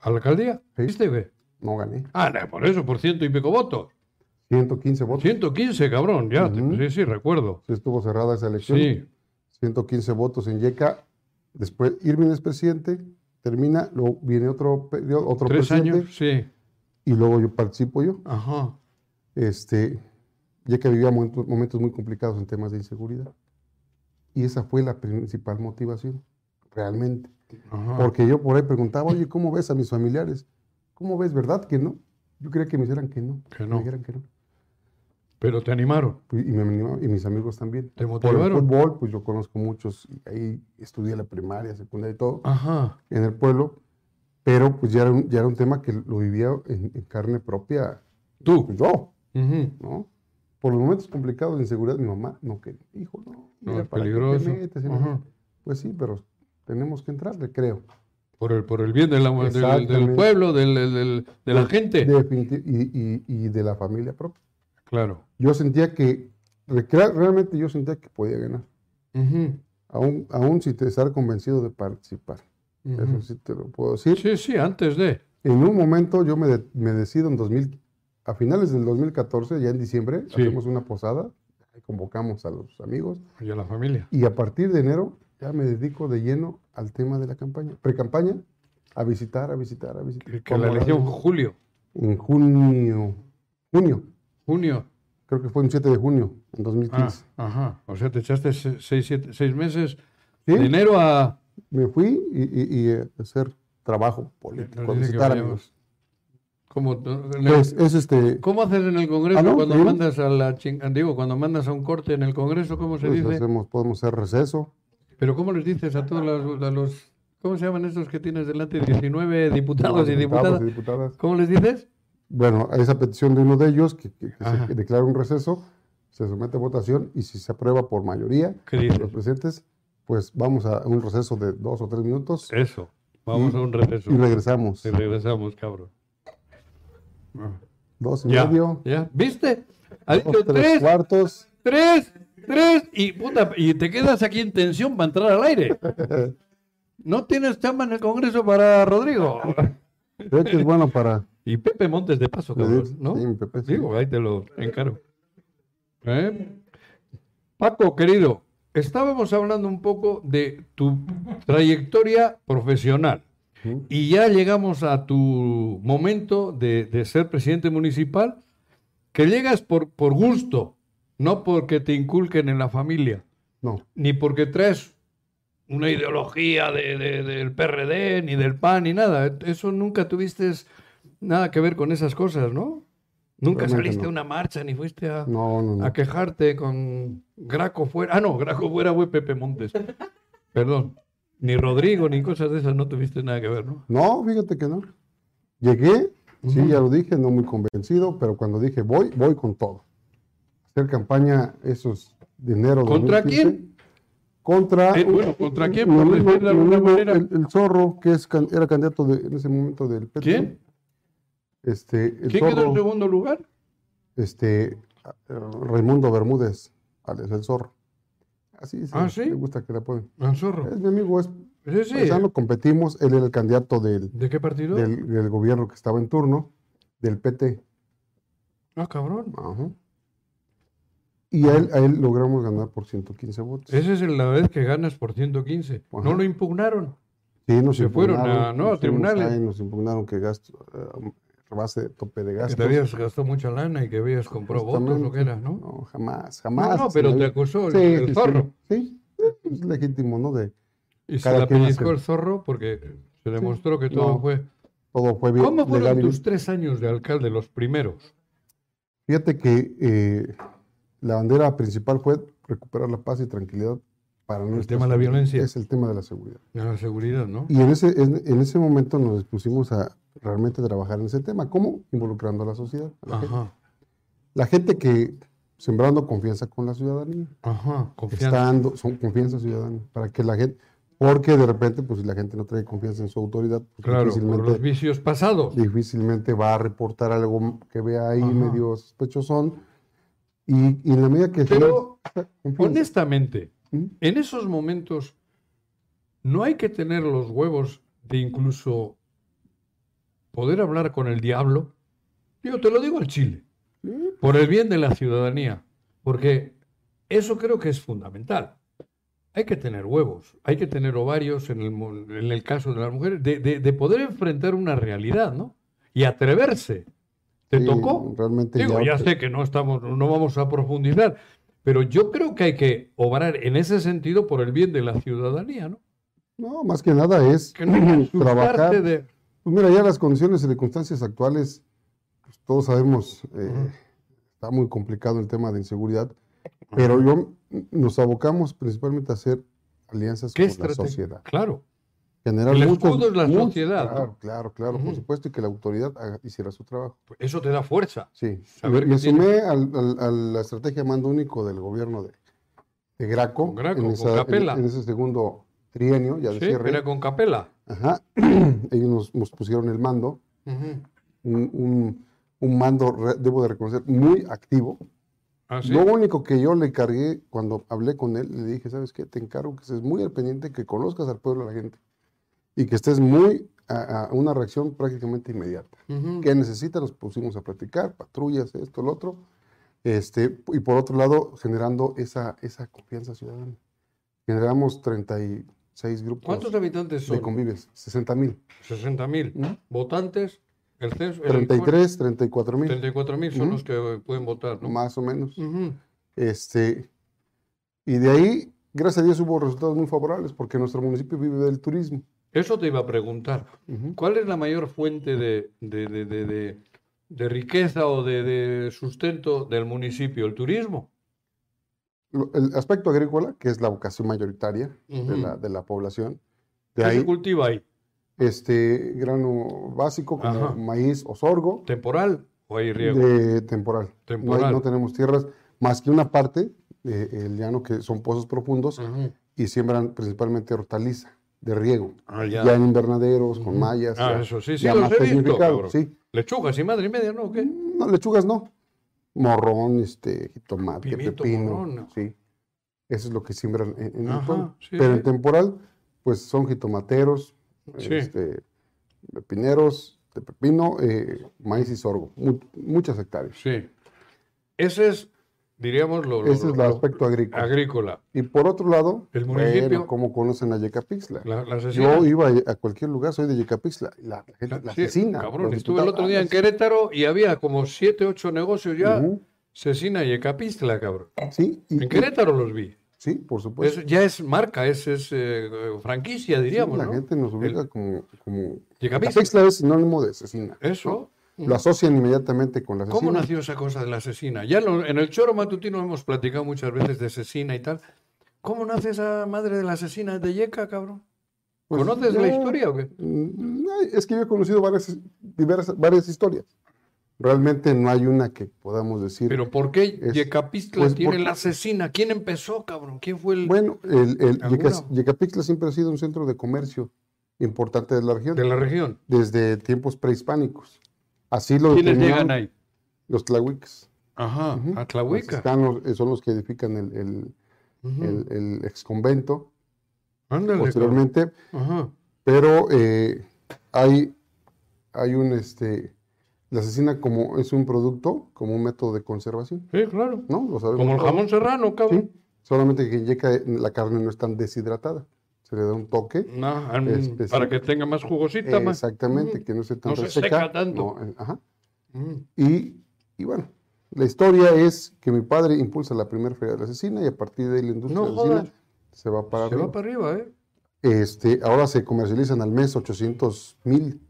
Speaker 1: a la alcaldía.
Speaker 2: Sí.
Speaker 1: ¿Viste, güey?
Speaker 2: no gané.
Speaker 1: Ah, no, por eso, por ciento y pico votos.
Speaker 2: 115 votos.
Speaker 1: 115, cabrón, ya. te-
Speaker 2: Ujú.
Speaker 1: Sí, sí, recuerdo.
Speaker 2: Sí Estuvo cerrada esa elección.
Speaker 1: Sí.
Speaker 2: 115 votos en Yeca. Después Irving es presidente, termina, luego viene otro periodo, otro
Speaker 1: Tres
Speaker 2: presidente
Speaker 1: años, sí.
Speaker 2: y luego yo participo yo.
Speaker 1: Ajá.
Speaker 2: Este, Yeca vivía momentos, momentos muy complicados en temas de inseguridad. Y esa fue la principal motivación, realmente.
Speaker 1: Ajá.
Speaker 2: Porque yo por ahí preguntaba, oye, ¿cómo ves a mis familiares? ¿Cómo ves? ¿Verdad que no? Yo creía que me dijeran que no.
Speaker 1: Que
Speaker 2: me
Speaker 1: no.
Speaker 2: dijeran que no. Pues,
Speaker 1: Pero te animaron,
Speaker 2: Y, y me animaba, y mis amigos también.
Speaker 1: te
Speaker 2: Por el
Speaker 1: motivaron.
Speaker 2: fútbol, pues yo conozco muchos. y ahí estudié la primaria, secundaria y todo,
Speaker 1: Ajá.
Speaker 2: en el pueblo. Pero pues ya era un, ya era un tema que lo vivía en, en carne propia
Speaker 1: Tú.
Speaker 2: pues, yo,
Speaker 1: Ujú.
Speaker 2: ¿no? Por los momentos complicados de inseguridad, mi mamá no quería. Hijo, no.
Speaker 1: No,
Speaker 2: mira,
Speaker 1: es
Speaker 2: ¿para qué te
Speaker 1: peligroso.
Speaker 2: metes? Y no-
Speaker 1: Ajá.
Speaker 2: Pues sí, pero tenemos que entrarle, creo.
Speaker 1: Por el, por el bien de la- del- del,
Speaker 2: Exactamente.
Speaker 1: pueblo, del, del- del- de la gente.
Speaker 2: Definiti- y- y- y de la familia propia.
Speaker 1: Claro.
Speaker 2: yo sentía que re- crea- realmente yo sentía que podía ganar,
Speaker 1: Ujú,
Speaker 2: aún, aún sin estar convencido de participar.
Speaker 1: ujú.
Speaker 2: Eso sí te lo puedo decir.
Speaker 1: Sí, sí, antes de.
Speaker 2: En un momento yo me, de- me decido en 2000, a finales del 2014, ya en diciembre,
Speaker 1: Sí.
Speaker 2: hacemos una posada, convocamos a los amigos
Speaker 1: Y a la familia.
Speaker 2: y a partir de enero ya me dedico de lleno al tema de la campaña, pre-campaña A visitar, a visitar, a visitar.
Speaker 1: Que, que la elección
Speaker 2: Colorado.
Speaker 1: julio,
Speaker 2: En junio. Junio.
Speaker 1: junio.
Speaker 2: Creo que fue un 7 de junio, en 2015.
Speaker 1: Ah, ajá. O sea, te echaste se- seis, siete- seis meses
Speaker 2: Sí.
Speaker 1: de enero a...
Speaker 2: Me fui y, y- y, eh, hacer trabajo político,
Speaker 1: Nos dice que
Speaker 2: visitar
Speaker 1: vayamos.
Speaker 2: amigos.
Speaker 1: ¿Cómo, en el-
Speaker 2: Pues es este.
Speaker 1: ¿Cómo haces en el Congreso
Speaker 2: Ah, no,
Speaker 1: cuando
Speaker 2: sí.
Speaker 1: mandas a la chin- digo, cuando mandas a un corte en el Congreso, ¿cómo se
Speaker 2: pues,
Speaker 1: dice?
Speaker 2: hacemos, podemos hacer receso.
Speaker 1: Pero ¿cómo les dices a todos los, a los- ¿cómo se llaman esos que tienes delante? 19 diputados y
Speaker 2: Diputados
Speaker 1: diputadas.
Speaker 2: y diputadas.
Speaker 1: ¿Cómo les dices?
Speaker 2: Bueno, a esa petición de uno de ellos, que, que- que
Speaker 1: Ajá.
Speaker 2: se que declara un receso, se somete a votación y si se aprueba por mayoría
Speaker 1: ¿Qué
Speaker 2: de
Speaker 1: dices?
Speaker 2: los presentes, pues vamos a un receso de dos o tres minutos
Speaker 1: Eso. Vamos
Speaker 2: Y-
Speaker 1: a un receso.
Speaker 2: y regresamos.
Speaker 1: Y regresamos, cabrón.
Speaker 2: Dos y
Speaker 1: Ya,
Speaker 2: medio,
Speaker 1: ya. ¿Viste? Ha dicho
Speaker 2: dos, tres
Speaker 1: tres,
Speaker 2: cuartos.
Speaker 1: tres, tres, y puta, y te quedas aquí en tensión para entrar al
Speaker 2: <laughs>
Speaker 1: aire. No tienes chamba en el Congreso para
Speaker 2: <laughs>
Speaker 1: Rodrigo.
Speaker 2: Creo que es bueno para...
Speaker 1: Y Pepe Montes de paso, cabrón,
Speaker 2: medir-
Speaker 1: ¿no?
Speaker 2: sí, mi Pepe, sí.
Speaker 1: Digo, ahí te lo encargo. ¿Eh? Paco, querido, estábamos hablando un poco de tu trayectoria profesional
Speaker 2: Ujú.
Speaker 1: y ya llegamos a tu momento de, de ser presidente municipal, que llegas por, por gusto, no porque te inculquen en la familia,
Speaker 2: No,
Speaker 1: ni porque traes una ideología de- de- del PRD, ni del PAN, ni nada. Eso nunca tuviste nada que ver con esas cosas, ¿no? Nunca
Speaker 2: Realmente
Speaker 1: saliste
Speaker 2: no.
Speaker 1: a una marcha, ni fuiste a,
Speaker 2: no, no. no.
Speaker 1: a quejarte con Graco fuera. Ah, no, Graco fuera fue Pepe Montes. <laughs> Perdón. Ni Rodrigo, ni cosas de esas, no tuviste nada que ver, ¿no?
Speaker 2: No, fíjate que no. Llegué, sí, ya lo dije, no muy convencido, pero cuando dije voy, voy con todo. Hacer campaña esos dineros.
Speaker 1: ¿Contra quién?
Speaker 2: Contra.
Speaker 1: Eh, bueno, ¿contra quién?
Speaker 2: Mi
Speaker 1: Por
Speaker 2: amigo-
Speaker 1: decir de
Speaker 2: mi
Speaker 1: alguna
Speaker 2: amigo,
Speaker 1: manera.
Speaker 2: El, el zorro, que es, can- era candidato de- en ese momento del PT.
Speaker 1: ¿Quién?
Speaker 2: Este, el
Speaker 1: ¿Quién quedó en
Speaker 2: zorro,
Speaker 1: segundo lugar?
Speaker 2: este, a- eh, Raimundo Bermúdez, alias el zorro. Así es,
Speaker 1: Ah, ¿sí?
Speaker 2: me gusta que le apoden.
Speaker 1: Al zorro.
Speaker 2: Es mi amigo, es
Speaker 1: Sí, sí.
Speaker 2: paisano, competimos, él era el candidato del,
Speaker 1: ¿De qué partido?
Speaker 2: del, del gobierno que estaba en turno, del PT.
Speaker 1: Ah, cabrón.
Speaker 2: Ajá. Y a él, a él logramos ganar por 115 votos.
Speaker 1: Esa es la vez que ganas por 115.
Speaker 2: Ajá.
Speaker 1: No lo impugnaron.
Speaker 2: Sí, nos
Speaker 1: se fueron a-
Speaker 2: impugnaron,
Speaker 1: ¿no? a
Speaker 2: nos fuimos
Speaker 1: tribunales.
Speaker 2: ahí, nos impugnaron que gasto, eh, rebase de tope de
Speaker 1: Que
Speaker 2: gastos.
Speaker 1: te habías gastado mucha lana y que habías comprado votos, lo que era, ¿no?
Speaker 2: No, jamás, jamás.
Speaker 1: No, no, pero
Speaker 2: Sí,
Speaker 1: te acusó el,
Speaker 2: sí,
Speaker 1: el
Speaker 2: sí,
Speaker 1: zorro.
Speaker 2: Sí, Eh, es legítimo, ¿no? De
Speaker 1: Y se
Speaker 2: Cada
Speaker 1: la
Speaker 2: quien
Speaker 1: pellizcó
Speaker 2: hace-
Speaker 1: el zorro porque se demostró que todo
Speaker 2: no,
Speaker 1: fue.
Speaker 2: todo fue bien.
Speaker 1: ¿Cómo fueron
Speaker 2: legal y-
Speaker 1: tus tres años de alcalde, los primeros?
Speaker 2: Fíjate que eh, la bandera principal fue recuperar la paz y tranquilidad para
Speaker 1: El
Speaker 2: nuestros-
Speaker 1: tema de la violencia,
Speaker 2: Es el tema de la seguridad.
Speaker 1: de la seguridad, ¿no?
Speaker 2: Y en ese, en, en ese momento nos pusimos a realmente trabajar en ese tema. ¿Cómo? Involucrando a la sociedad. a la, gente.
Speaker 1: Ajá,
Speaker 2: La gente que, sembrando confianza con la ciudadanía,
Speaker 1: ajá,
Speaker 2: está
Speaker 1: confianza.
Speaker 2: dando son confianza ciudadana, para que la gente, porque de repente, pues si la gente no trae confianza en su autoridad, pues,
Speaker 1: Claro, por los
Speaker 2: difícilmente,
Speaker 1: vicios pasados.
Speaker 2: difícilmente va a reportar algo que vea ahí
Speaker 1: Ajá.
Speaker 2: medio sospechosón. Y, y en la medida que...
Speaker 1: Pero,
Speaker 2: genera confianza-
Speaker 1: honestamente,
Speaker 2: ¿Mm?
Speaker 1: en esos momentos no hay que tener los huevos de incluso poder hablar con el diablo. Yo te lo digo al Chile.
Speaker 2: Sí,
Speaker 1: por el bien de la ciudadanía, porque eso creo que es fundamental. Hay que tener huevos, hay que tener ovarios en el, mo- en el caso de las mujeres, de, de- de poder enfrentar una realidad, ¿no? Y atreverse. ¿Te
Speaker 2: sí,
Speaker 1: tocó?
Speaker 2: Realmente
Speaker 1: Digo, ya sé que no estamos, no vamos a profundizar, pero yo creo que hay que obrar en ese sentido por el bien de la ciudadanía, ¿no?
Speaker 2: No, más que nada es <clears throat>
Speaker 1: Que no hay que asustarte
Speaker 2: trabajar.
Speaker 1: de-
Speaker 2: Pues mira, ya las condiciones y circunstancias actuales, pues todos sabemos, eh,
Speaker 1: Ujú.
Speaker 2: está muy complicado el tema de inseguridad, pero yo nos abocamos principalmente a hacer alianzas
Speaker 1: ¿Qué
Speaker 2: con
Speaker 1: estrategia?
Speaker 2: la sociedad.
Speaker 1: Claro.
Speaker 2: Generar
Speaker 1: El
Speaker 2: muchos-
Speaker 1: escudo es la
Speaker 2: muchos-
Speaker 1: sociedad, ¿no?
Speaker 2: Claro, claro, claro,
Speaker 1: Ujú.
Speaker 2: por supuesto, y que la autoridad haga- hiciera su trabajo.
Speaker 1: Eso te da fuerza.
Speaker 2: Sí,
Speaker 1: Saber qué
Speaker 2: me, me
Speaker 1: tiene.
Speaker 2: sumé al- al- a la estrategia mando único del gobierno de, de Graco,
Speaker 1: Con Graco,
Speaker 2: en,
Speaker 1: con
Speaker 2: esa- en-
Speaker 1: Capela.
Speaker 2: en ese segundo trienio, ya de
Speaker 1: Sí,
Speaker 2: cierre.
Speaker 1: era con capela.
Speaker 2: Ajá. <clears throat> Ellos nos, nos pusieron el mando,
Speaker 1: Ujú.
Speaker 2: un, un- un mando, re- debo de reconocer, muy activo.
Speaker 1: Así.
Speaker 2: Lo único que yo le cargué cuando hablé con él, le dije, ¿sabes qué? Te encargo que estés muy al pendiente, que conozcas al pueblo, a la gente, y que estés muy a, a una reacción prácticamente inmediata.
Speaker 1: Ujú.
Speaker 2: ¿Qué necesita? Nos pusimos a platicar, patrullas, esto, lo otro. Este, y por otro lado, generando esa, esa confianza ciudadana. Generamos 30 y seis grupos
Speaker 1: ¿Cuántos habitantes
Speaker 2: de
Speaker 1: son? ¿Mm?
Speaker 2: convives. 60 mil.
Speaker 1: 60 mil.
Speaker 2: ¿no?
Speaker 1: ¿Votantes? El censo, el
Speaker 2: 33, 34 mil,
Speaker 1: 34 mil son
Speaker 2: Ujú.
Speaker 1: los que pueden votar, ¿no?
Speaker 2: más o menos.
Speaker 1: Ujú.
Speaker 2: Este, y de ahí, gracias a Dios, hubo resultados muy favorables porque nuestro municipio vive del turismo.
Speaker 1: Eso te iba a preguntar.
Speaker 2: Ujú.
Speaker 1: ¿Cuál es la mayor fuente de, de- de- de- de- de riqueza o de, de sustento del municipio? ¿El turismo?
Speaker 2: Lo- El aspecto agrícola, que es la vocación mayoritaria de,
Speaker 1: Ujú.
Speaker 2: la, de la población.
Speaker 1: ¿Qué
Speaker 2: De
Speaker 1: se
Speaker 2: ahí,
Speaker 1: cultiva ahí?
Speaker 2: este grano básico como
Speaker 1: Ajá.
Speaker 2: maíz o sorgo,
Speaker 1: ¿Temporal o hay riego?
Speaker 2: de temporal. No hay- No,
Speaker 1: Temporal.
Speaker 2: tenemos tierras más que una parte, eh, el llano, que son pozos profundos
Speaker 1: Ujú.
Speaker 2: y siembran principalmente hortaliza de riego.
Speaker 1: Ah, ya.
Speaker 2: Ya, en invernaderos, con mallas.
Speaker 1: Ah,
Speaker 2: ya-
Speaker 1: eso sí, sí,
Speaker 2: ya
Speaker 1: los
Speaker 2: más
Speaker 1: he visto,
Speaker 2: tecnificado,
Speaker 1: cabrón.
Speaker 2: sí.
Speaker 1: Lechugas y madre y media, ¿no? ¿O ¿Qué?
Speaker 2: Mm, No, lechugas no. Morrón, este, jitomate,
Speaker 1: Pimiento,
Speaker 2: pepino.
Speaker 1: morrón, no.
Speaker 2: Sí. Eso es lo que siembran en, en el
Speaker 1: Ajá,
Speaker 2: todo.
Speaker 1: sí,
Speaker 2: Pero
Speaker 1: sí.
Speaker 2: en temporal, pues son jitomateros,
Speaker 1: Sí.
Speaker 2: este, pepineros, de pepino, eh, maíz y sorgo. Mu- muchas hectáreas.
Speaker 1: Sí. Ese es, diríamos, lo, lo-
Speaker 2: Ese es el
Speaker 1: lo-
Speaker 2: aspecto agrícola.
Speaker 1: agrícola.
Speaker 2: y por otro lado,
Speaker 1: El
Speaker 2: bueno,
Speaker 1: municipio-
Speaker 2: como conocen a Yecapixtla.
Speaker 1: La, la asesina.
Speaker 2: Yo iba a cualquier lugar, soy de Yecapixtla. y La, la gente, la
Speaker 1: Sí,
Speaker 2: asesina.
Speaker 1: Cabrón,
Speaker 2: los
Speaker 1: estuve el otro día en
Speaker 2: diputados,
Speaker 1: Querétaro y había como siete, ocho negocios ya.
Speaker 2: Ujú.
Speaker 1: Cecina y Ecapistla, cabrón.
Speaker 2: Sí, y-
Speaker 1: En Querétaro los vi.
Speaker 2: sí, por supuesto.
Speaker 1: Eso ya es marca, es, es eh, franquicia,
Speaker 2: Pues Sí,
Speaker 1: diríamos,
Speaker 2: la
Speaker 1: ¿no?
Speaker 2: gente nos ubica como, como...
Speaker 1: Yecapixtla.
Speaker 2: Yecapixtla es sinónimo de asesina.
Speaker 1: Eso. Mm.
Speaker 2: Lo asocian inmediatamente con la asesina.
Speaker 1: ¿Cómo nació esa cosa de la asesina? Ya lo- en el choro matutino hemos platicado muchas veces de asesina y tal. ¿Cómo nace esa madre de la asesina de Yeca, cabrón?
Speaker 2: Pues
Speaker 1: ¿Conoces la
Speaker 2: ya-
Speaker 1: historia o qué?
Speaker 2: Mm, ay, Es que yo he conocido varias, diversas, varias historias. Realmente no hay una que podamos decir.
Speaker 1: Pero ¿por qué
Speaker 2: Es-
Speaker 1: Yecapistla
Speaker 2: pues
Speaker 1: tiene
Speaker 2: porque-
Speaker 1: la asesina? ¿Quién empezó, cabrón? ¿Quién fue el
Speaker 2: bueno, el, el
Speaker 1: ¿Alguna?
Speaker 2: Yeca- Yecapixtla siempre ha sido un centro de comercio importante de la región,
Speaker 1: de la región?
Speaker 2: desde tiempos prehispánicos. Así lo
Speaker 1: ¿Quiénes
Speaker 2: determinaron
Speaker 1: llegan ahí?
Speaker 2: los tlahuiques.
Speaker 1: Ajá,
Speaker 2: Ujú.
Speaker 1: a Tlahuica.
Speaker 2: Franciscanos, eh, Son los que edifican el, el,
Speaker 1: Ujú.
Speaker 2: el- el exconvento
Speaker 1: Ándale, cabrón.
Speaker 2: posteriormente.
Speaker 1: Ajá.
Speaker 2: pero eh, hay, hay un, este, la asesina como es un producto, como un método de conservación,
Speaker 1: Sí, claro.
Speaker 2: Pues ¿no? Lo sabemos.
Speaker 1: Como el
Speaker 2: todos.
Speaker 1: jamón serrano, cabrón.
Speaker 2: Sí, solamente que ya que la carne no es tan deshidratada, se le da un toque.
Speaker 1: No, al-
Speaker 2: Específico.
Speaker 1: para que tenga más jugosita, más.
Speaker 2: Exactamente, que no se tan
Speaker 1: No se
Speaker 2: reseca,
Speaker 1: seca tanto.
Speaker 2: no, eh, ajá.
Speaker 1: Mm.
Speaker 2: Y, y bueno, la historia es que mi padre impulsa la primera feria de la asesina y a partir de ahí la industria
Speaker 1: No
Speaker 2: de la asesina
Speaker 1: jodas.
Speaker 2: se va para
Speaker 1: Se
Speaker 2: arriba.
Speaker 1: va para arriba, ¿eh?
Speaker 2: Este, ahora se comercializan al mes 800 mil,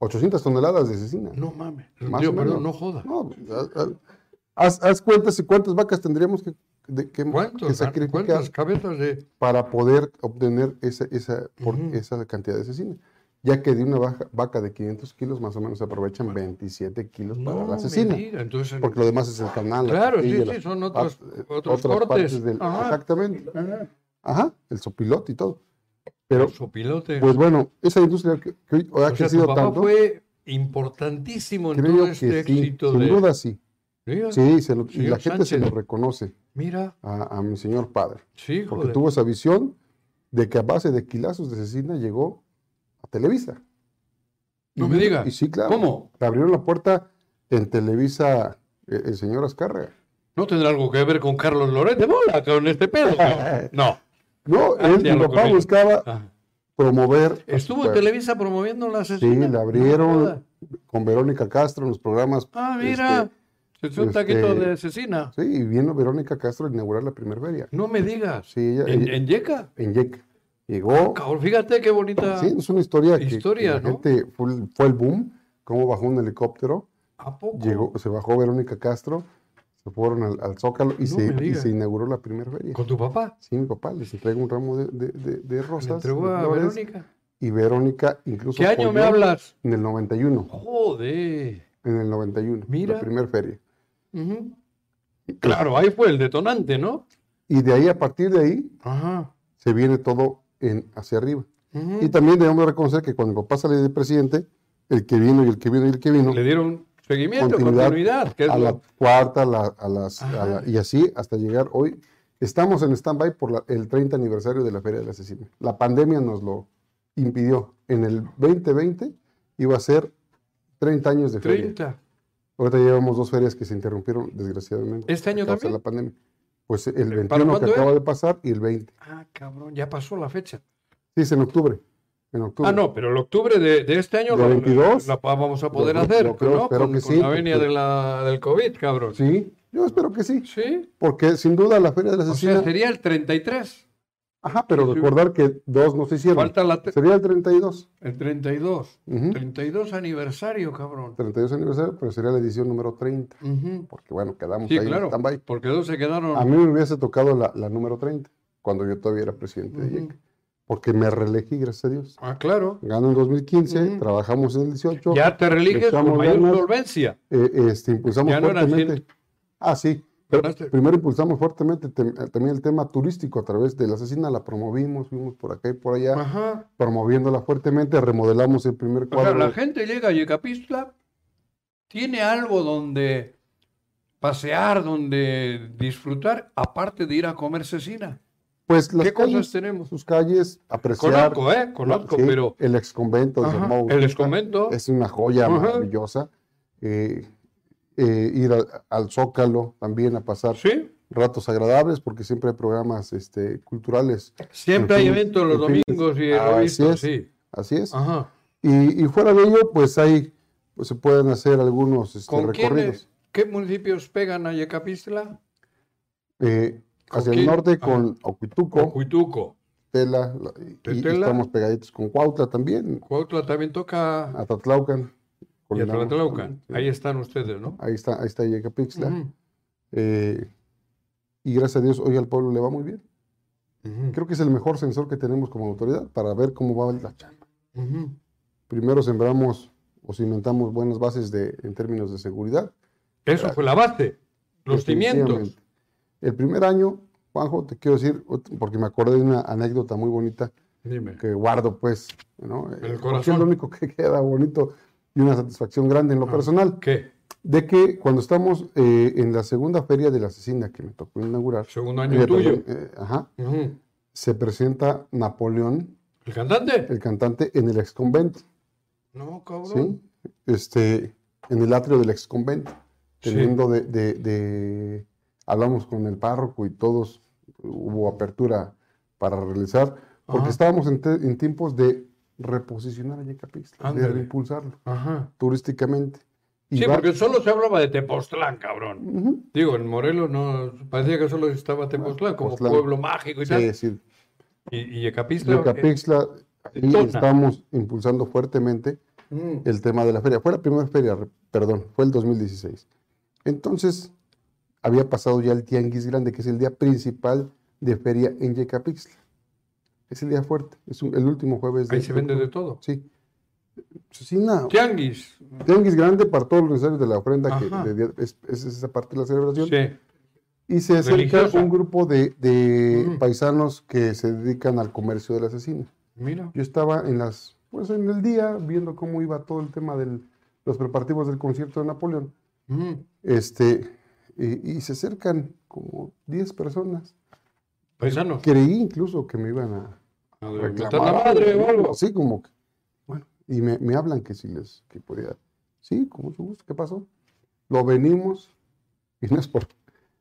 Speaker 2: 800 toneladas de asesina.
Speaker 1: No mames.
Speaker 2: Más
Speaker 1: Digo,
Speaker 2: o
Speaker 1: perdón,
Speaker 2: menos.
Speaker 1: no joda.
Speaker 2: No, haz- haz- haz, haz cuentas y cuántas vacas tendríamos que, de- que- que
Speaker 1: ¿Cuántos,
Speaker 2: sacrificar
Speaker 1: ¿Cuántas cabezas de.?
Speaker 2: para poder obtener esa, esa, por-
Speaker 1: Ujú.
Speaker 2: esa cantidad de asesina. Ya que de una vaca, vaca de 500 kilos, más o menos aprovechan 27 kilos para
Speaker 1: No
Speaker 2: la
Speaker 1: me
Speaker 2: asesina.
Speaker 1: diga, Entonces,
Speaker 2: Porque lo demás es el canal. la
Speaker 1: Claro,
Speaker 2: costilla,
Speaker 1: sí,
Speaker 2: la-
Speaker 1: sí, son otros-
Speaker 2: ah,
Speaker 1: otros
Speaker 2: otras
Speaker 1: cortes.
Speaker 2: partes del-
Speaker 1: Ajá.
Speaker 2: Exactamente. Ajá, el sopilote y todo. Pero,
Speaker 1: pero, su pilote.
Speaker 2: pues bueno, esa industria que, que hoy ha
Speaker 1: o sea, tu
Speaker 2: crecido
Speaker 1: papá
Speaker 2: tanto,
Speaker 1: fue importantísimo en
Speaker 2: creo
Speaker 1: todo
Speaker 2: que
Speaker 1: este
Speaker 2: sí,
Speaker 1: éxito
Speaker 2: sin
Speaker 1: de.
Speaker 2: duda sí.
Speaker 1: Mira,
Speaker 2: Sí, se lo- y
Speaker 1: señor
Speaker 2: la gente se
Speaker 1: Sánchez.
Speaker 2: lo reconoce
Speaker 1: mira,
Speaker 2: a, a mi señor padre.
Speaker 1: sí,
Speaker 2: Porque
Speaker 1: joder.
Speaker 2: tuvo esa visión de que a base de quilazos de asesina llegó a Televisa.
Speaker 1: No
Speaker 2: Y-
Speaker 1: me diga.
Speaker 2: Y sí, claro.
Speaker 1: ¿Cómo?
Speaker 2: Le abrieron la puerta en Televisa eh, el señor Azcárraga.
Speaker 1: No tendrá algo que ver con Carlos Loret de Mola, con este pedo.
Speaker 2: <laughs>
Speaker 1: cabrón? No.
Speaker 2: No,
Speaker 1: Ah,
Speaker 2: él,
Speaker 1: ya
Speaker 2: mi
Speaker 1: lo
Speaker 2: papá
Speaker 1: corrí.
Speaker 2: buscaba
Speaker 1: Ah.
Speaker 2: promover. a su
Speaker 1: Estuvo en
Speaker 2: pueblo.
Speaker 1: Televisa promoviendo la
Speaker 2: Sí,
Speaker 1: asesina.
Speaker 2: le
Speaker 1: No
Speaker 2: abrieron
Speaker 1: joda.
Speaker 2: con Verónica Castro en los programas.
Speaker 1: Ah, mira. Se echó un taquito
Speaker 2: este-
Speaker 1: de asesina.
Speaker 2: este, sí, y vino Verónica Castro a inaugurar la primera feria.
Speaker 1: No me digas.
Speaker 2: Sí, ella,
Speaker 1: ¿En,
Speaker 2: ella-
Speaker 1: en Yeca?
Speaker 2: en Yeca. Llegó,
Speaker 1: Cabrón, fíjate qué bonita.
Speaker 2: Sí, es una historia que,
Speaker 1: Historia,
Speaker 2: que la
Speaker 1: ¿no?
Speaker 2: gente fue, el- fue el boom, cómo bajó un helicóptero,
Speaker 1: ¿A poco?
Speaker 2: llegó, se bajó Verónica Castro, se fueron al, al Zócalo y,
Speaker 1: No
Speaker 2: se,
Speaker 1: me
Speaker 2: y
Speaker 1: digas.
Speaker 2: se inauguró la primera feria.
Speaker 1: ¿Con tu papá?
Speaker 2: Sí, mi papá les entrega un ramo de, de- de- de
Speaker 1: ¿Le
Speaker 2: rosas.
Speaker 1: entregó
Speaker 2: de
Speaker 1: a
Speaker 2: flores,
Speaker 1: Verónica?
Speaker 2: Y Verónica incluso
Speaker 1: ¿Qué año me
Speaker 2: apoyó
Speaker 1: hablas?
Speaker 2: En el 91,
Speaker 1: Joder.
Speaker 2: en el 91,
Speaker 1: Mira.
Speaker 2: la primera feria.
Speaker 1: Ujú. Claro, ahí fue el detonante, ¿no?
Speaker 2: Y de ahí, a partir de ahí,
Speaker 1: Ajá.
Speaker 2: se viene todo en, hacia arriba.
Speaker 1: Ujú.
Speaker 2: Y también debemos reconocer que cuando mi papá sale de presidente, el que vino y el que vino y el que vino,
Speaker 1: Le dieron seguimiento,
Speaker 2: Continuidad
Speaker 1: continuidad. que es
Speaker 2: a la
Speaker 1: lo-
Speaker 2: cuarta, a la- a las, a
Speaker 1: Ajá.
Speaker 2: la- y así hasta llegar hoy. Estamos en stand-by por la- el 30 aniversario de la Feria del Asesino. La pandemia nos lo impidió. En el 2020 iba a ser 30 años de feria.
Speaker 1: 30.
Speaker 2: Ahorita llevamos dos ferias que se interrumpieron, desgraciadamente.
Speaker 1: ¿Este año
Speaker 2: a causa
Speaker 1: también?
Speaker 2: de la pandemia. Pues el
Speaker 1: ¿Para
Speaker 2: 21 que
Speaker 1: cuándo
Speaker 2: acaba de pasar y el 20.
Speaker 1: Ah, cabrón, ya pasó la fecha.
Speaker 2: Sí, es en octubre. En octubre.
Speaker 1: Ah, no, pero el octubre de, de este año
Speaker 2: ¿De 22?
Speaker 1: la vamos a poder
Speaker 2: Yo-
Speaker 1: hacer,
Speaker 2: yo creo-
Speaker 1: ¿no?
Speaker 2: espero
Speaker 1: con,
Speaker 2: que
Speaker 1: con
Speaker 2: sí,
Speaker 1: la venia
Speaker 2: porque-
Speaker 1: de la- del COVID, cabrón.
Speaker 2: Sí, yo espero que sí.
Speaker 1: Sí,
Speaker 2: Porque sin duda la Feria de la
Speaker 1: o sea,
Speaker 2: Asesina.
Speaker 1: sería el 33.
Speaker 2: Ajá, pero
Speaker 1: sí.
Speaker 2: recordar que dos no se hicieron.
Speaker 1: Falta la te-
Speaker 2: Sería el 32.
Speaker 1: el 32.
Speaker 2: Ujú.
Speaker 1: 32 aniversario, cabrón.
Speaker 2: 32 aniversario, pero sería la edición número 30.
Speaker 1: Ujú.
Speaker 2: Porque bueno, quedamos
Speaker 1: Sí,
Speaker 2: ahí
Speaker 1: claro,
Speaker 2: en stand-by.
Speaker 1: porque dos se quedaron.
Speaker 2: A mí me hubiese tocado la, la número 30, cuando yo todavía era presidente de
Speaker 1: Ujú.
Speaker 2: IEC. Porque me reelegí, gracias a Dios.
Speaker 1: Ah, claro.
Speaker 2: Gano en 2015,
Speaker 1: Ujú.
Speaker 2: trabajamos en el 18.
Speaker 1: Ya te religes con
Speaker 2: echamos
Speaker 1: mayor
Speaker 2: ganas.
Speaker 1: solvencia.
Speaker 2: eh, este, impulsamos
Speaker 1: Ya no eran
Speaker 2: fuertemente. Ah, sí. Pero
Speaker 1: Ganaste.
Speaker 2: primero impulsamos fuertemente tem- eh, también el tema turístico a través de la asesina, la promovimos, fuimos por acá y por allá,
Speaker 1: Ajá.
Speaker 2: promoviéndola fuertemente, remodelamos el primer
Speaker 1: Ah. O sea,
Speaker 2: cuadro.
Speaker 1: la gente llega a Yecapistla, tiene algo donde pasear, donde disfrutar, aparte de ir a comer cecina.
Speaker 2: pues las
Speaker 1: ¿Qué cosas
Speaker 2: calles,
Speaker 1: tenemos?
Speaker 2: sus calles, apreciar.
Speaker 1: Conozco, ¿eh? Conozco,
Speaker 2: sí,
Speaker 1: pero
Speaker 2: El exconvento de San
Speaker 1: Ajá,
Speaker 2: Mauro
Speaker 1: el
Speaker 2: Bautista
Speaker 1: desconvento,
Speaker 2: es una joya
Speaker 1: Ajá.
Speaker 2: maravillosa. Eh, eh, ir a- al Zócalo también a pasar
Speaker 1: sí,
Speaker 2: ratos agradables, porque siempre hay programas este, culturales.
Speaker 1: siempre hay
Speaker 2: En fin,
Speaker 1: eventos los
Speaker 2: en fin,
Speaker 1: domingos y
Speaker 2: así
Speaker 1: he visto,
Speaker 2: es.
Speaker 1: sí.
Speaker 2: Así es.
Speaker 1: Ajá.
Speaker 2: Y, y fuera de ello, pues hay, pues, se pueden hacer algunos este,
Speaker 1: ¿Con
Speaker 2: recorridos.
Speaker 1: quiénes, qué municipios pegan a Yecapistla?
Speaker 2: Eh,
Speaker 1: ¿Con
Speaker 2: hacia el
Speaker 1: quién?
Speaker 2: norte
Speaker 1: Ajá.
Speaker 2: con Ocuituco,
Speaker 1: Cuituco.
Speaker 2: Tela, la- y- y,
Speaker 1: Tetela.
Speaker 2: estamos pegaditos con Cuautla también,
Speaker 1: Cuautla también toca
Speaker 2: Atatlaucan.
Speaker 1: y
Speaker 2: Colinamos
Speaker 1: Tlatelolco.
Speaker 2: también.
Speaker 1: Ahí están ustedes, ¿no?
Speaker 2: Ahí está, ahí está Yecapixtla.
Speaker 1: Ujú,
Speaker 2: Eh, y gracias a Dios, hoy al pueblo le va muy bien.
Speaker 1: ujú,
Speaker 2: Creo que es el mejor sensor que tenemos como autoridad para ver cómo va la chamba.
Speaker 1: ujú.
Speaker 2: Primero sembramos o cimentamos buenas bases de, en términos de seguridad.
Speaker 1: Eso fue la base, los cimientos.
Speaker 2: Definitivamente. El primer año, Juanjo, te quiero decir, ot- porque me acordé de una anécdota muy bonita
Speaker 1: Dime.
Speaker 2: que guardo, pues, ¿no? Eh,
Speaker 1: El
Speaker 2: porque
Speaker 1: corazón. Ah.
Speaker 2: Es lo único que <laughs> queda bonito y una satisfacción grande en lo personal,
Speaker 1: ¿Qué?
Speaker 2: de que cuando estamos eh, en la segunda feria de la asesina que me tocó inaugurar,
Speaker 1: Segundo
Speaker 2: eh,
Speaker 1: año tuyo.
Speaker 2: perdón, eh, ajá,
Speaker 1: Ujú.
Speaker 2: se presenta Napoleón,
Speaker 1: ¿El cantante?
Speaker 2: el cantante, en el exconvento,
Speaker 1: No,
Speaker 2: ¿sí?
Speaker 1: cabrón.
Speaker 2: Este, en el atrio del exconvento,
Speaker 1: Sí.
Speaker 2: teniendo de, de- de- hablamos con el párroco y todos, hubo apertura para realizar, porque
Speaker 1: Ajá.
Speaker 2: estábamos en, te- en tiempos de reposicionar a Yecapixtla, de
Speaker 1: Ándale.
Speaker 2: reimpulsarlo
Speaker 1: Ajá.
Speaker 2: turísticamente. Y
Speaker 1: Sí,
Speaker 2: va-
Speaker 1: porque solo se hablaba de Tepoztlán, cabrón.
Speaker 2: Ujú.
Speaker 1: Digo, en Morelos no parecía que solo estaba Tepoztlán como
Speaker 2: Tepoztlán.
Speaker 1: pueblo mágico y
Speaker 2: Sí,
Speaker 1: tal.
Speaker 2: sí,
Speaker 1: Y, y Yecapistla. eh,
Speaker 2: Yecapixtla, ahí
Speaker 1: Tona.
Speaker 2: estamos impulsando fuertemente
Speaker 1: mm,
Speaker 2: el tema de la feria. Fue la primera feria, re- perdón, fue el 2016. Entonces, había pasado ya el Tianguis Grande, que es el día principal de feria en Yecapixtla. Es el día fuerte, es un- el último jueves de
Speaker 1: ahí se vende de todo.
Speaker 2: Sí. Cecina,
Speaker 1: Tianguis.
Speaker 2: Tianguis Grande para todos los necesarios de la ofrenda, que
Speaker 1: Ajá.
Speaker 2: de día- es, es esa parte de la celebración.
Speaker 1: Sí.
Speaker 2: Y se acerca
Speaker 1: Religiosa.
Speaker 2: un grupo de, de
Speaker 1: Ujú.
Speaker 2: paisanos que se dedican al comercio del asesino.
Speaker 1: Mira.
Speaker 2: Yo estaba en las, pues en el día, viendo cómo iba todo el tema de los preparativos del concierto de Napoleón.
Speaker 1: Mm,
Speaker 2: Este, y, y se acercan como 10 personas.
Speaker 1: Paisanos.
Speaker 2: Creí incluso que me iban a
Speaker 1: A ver, meter
Speaker 2: reclamar.
Speaker 1: la madre o
Speaker 2: algo
Speaker 1: algo.
Speaker 2: Así como que, bueno, y me, me hablan que si les, que podía. Sí, con mucho gusto, ¿qué pasó? Lo venimos, y no es por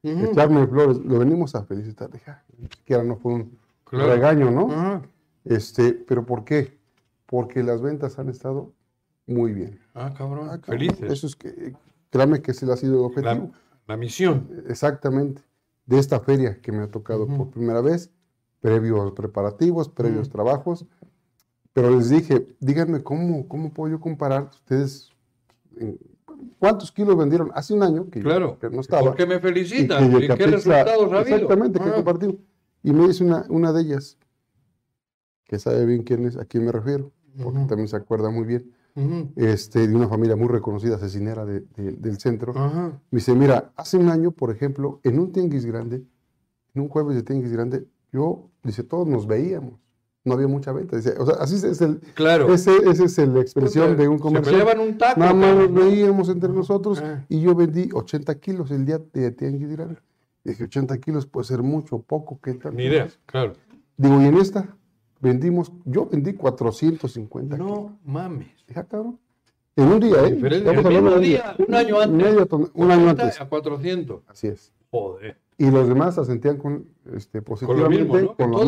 Speaker 1: Ujú,
Speaker 2: echarme flores, lo venimos a felicitar. Dije, "Ah, ni siquiera no fue un
Speaker 1: claro. Mm.
Speaker 2: regaño, ¿no?
Speaker 1: Ajá.
Speaker 2: Este, pero ¿por qué? Porque las ventas han estado muy bien.
Speaker 1: Ah, cabrón.
Speaker 2: Ah, cabrón,
Speaker 1: Felices.
Speaker 2: Eso es que, créame que ese ha sido el
Speaker 1: la,
Speaker 2: objetivo.
Speaker 1: la misión.
Speaker 2: Exactamente. De esta feria que me ha tocado
Speaker 1: Ujú.
Speaker 2: por primera vez, previos preparativos, previos
Speaker 1: Ujú.
Speaker 2: trabajos. Pero les dije, díganme cómo, cómo puedo yo comparar ustedes en- cuántos kilos vendieron hace un año que, yo-
Speaker 1: Claro.
Speaker 2: que no estaba.
Speaker 1: ¿Por qué me
Speaker 2: y que
Speaker 1: felicitan? ¿Y qué
Speaker 2: Yecapixtla-
Speaker 1: resultados ha habido?
Speaker 2: Exactamente, que
Speaker 1: Ah,
Speaker 2: compartimos. Y me dice una, una de ellas, que sabe bien quién es, a quién me refiero, porque
Speaker 1: Ujú.
Speaker 2: también se acuerda muy bien,
Speaker 1: ujú,
Speaker 2: este, de una familia muy reconocida, asesinera de- de- del centro.
Speaker 1: Ajá.
Speaker 2: Me dice, mira, hace un año, por ejemplo, en un tianguis grande, en un jueves de tianguis grande, yo, dice, todos nos veíamos. No había mucha venta. Dice, o sea, así es el,
Speaker 1: Claro.
Speaker 2: ese, ese es el- la expresión de un
Speaker 1: Se
Speaker 2: comerciante.
Speaker 1: peleaban un taco.
Speaker 2: Nada más nos
Speaker 1: cabrón, ¿no?
Speaker 2: veíamos entre nosotros
Speaker 1: Ah.
Speaker 2: y yo vendí 80 kilos el día de tianguis grande. Dije, 80 kilos puede ser mucho, poco, ¿qué tal?
Speaker 1: Ni idea, claro.
Speaker 2: Digo, y en esta vendimos, yo vendí 450 kilos.
Speaker 1: No mames.
Speaker 2: Dije, "Ah, cabrón". En un día, ¿eh?
Speaker 1: Diferente.
Speaker 2: Estamos
Speaker 1: El mismo
Speaker 2: hablando de un
Speaker 1: día, un año antes.
Speaker 2: Media ton- un año
Speaker 1: 80
Speaker 2: antes.
Speaker 1: A 400.
Speaker 2: Así es.
Speaker 1: Joder.
Speaker 2: Y los demás asentían con, este,
Speaker 1: Con lo mismo,
Speaker 2: positivamente,
Speaker 1: ¿no? todos,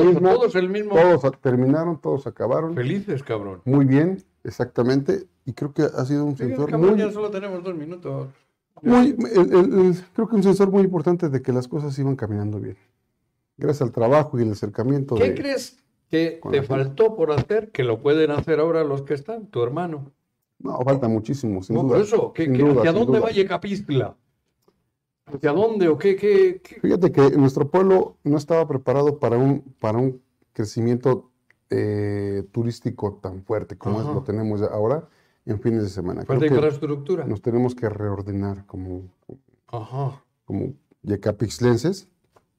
Speaker 1: todos el mismo.
Speaker 2: todos a- terminaron, todos acabaron.
Speaker 1: Felices, cabrón.
Speaker 2: Muy bien, exactamente. Y creo que ha sido un sensor muy,
Speaker 3: ya solo tenemos dos minutos.
Speaker 2: muy- el- el- el- creo que un sensor muy importante de que las cosas iban caminando bien. Gracias al trabajo y el acercamiento
Speaker 1: ¿Qué
Speaker 2: de-
Speaker 1: crees que
Speaker 2: con
Speaker 1: te
Speaker 2: la gente.
Speaker 1: faltó por hacer que lo pueden hacer ahora los que están? Tu hermano.
Speaker 2: No, falta muchísimo, sin
Speaker 1: No,
Speaker 2: duda.
Speaker 1: por eso, ¿qué,
Speaker 2: sin
Speaker 1: qué-
Speaker 2: duda,
Speaker 1: ¿hacia
Speaker 2: sin
Speaker 1: dónde
Speaker 2: duda.
Speaker 1: va Yecapistla? ¿Hacia dónde o qué? qué, qué?
Speaker 2: Fíjate que nuestro pueblo no estaba preparado para un, para un crecimiento eh, turístico tan fuerte como es-
Speaker 1: Ajá.
Speaker 2: lo tenemos ya ahora en fines de semana. Creo
Speaker 1: Falta
Speaker 2: que
Speaker 1: infraestructura.
Speaker 2: nos tenemos que reordenar como,
Speaker 1: Ajá.
Speaker 2: como yecapixlenses,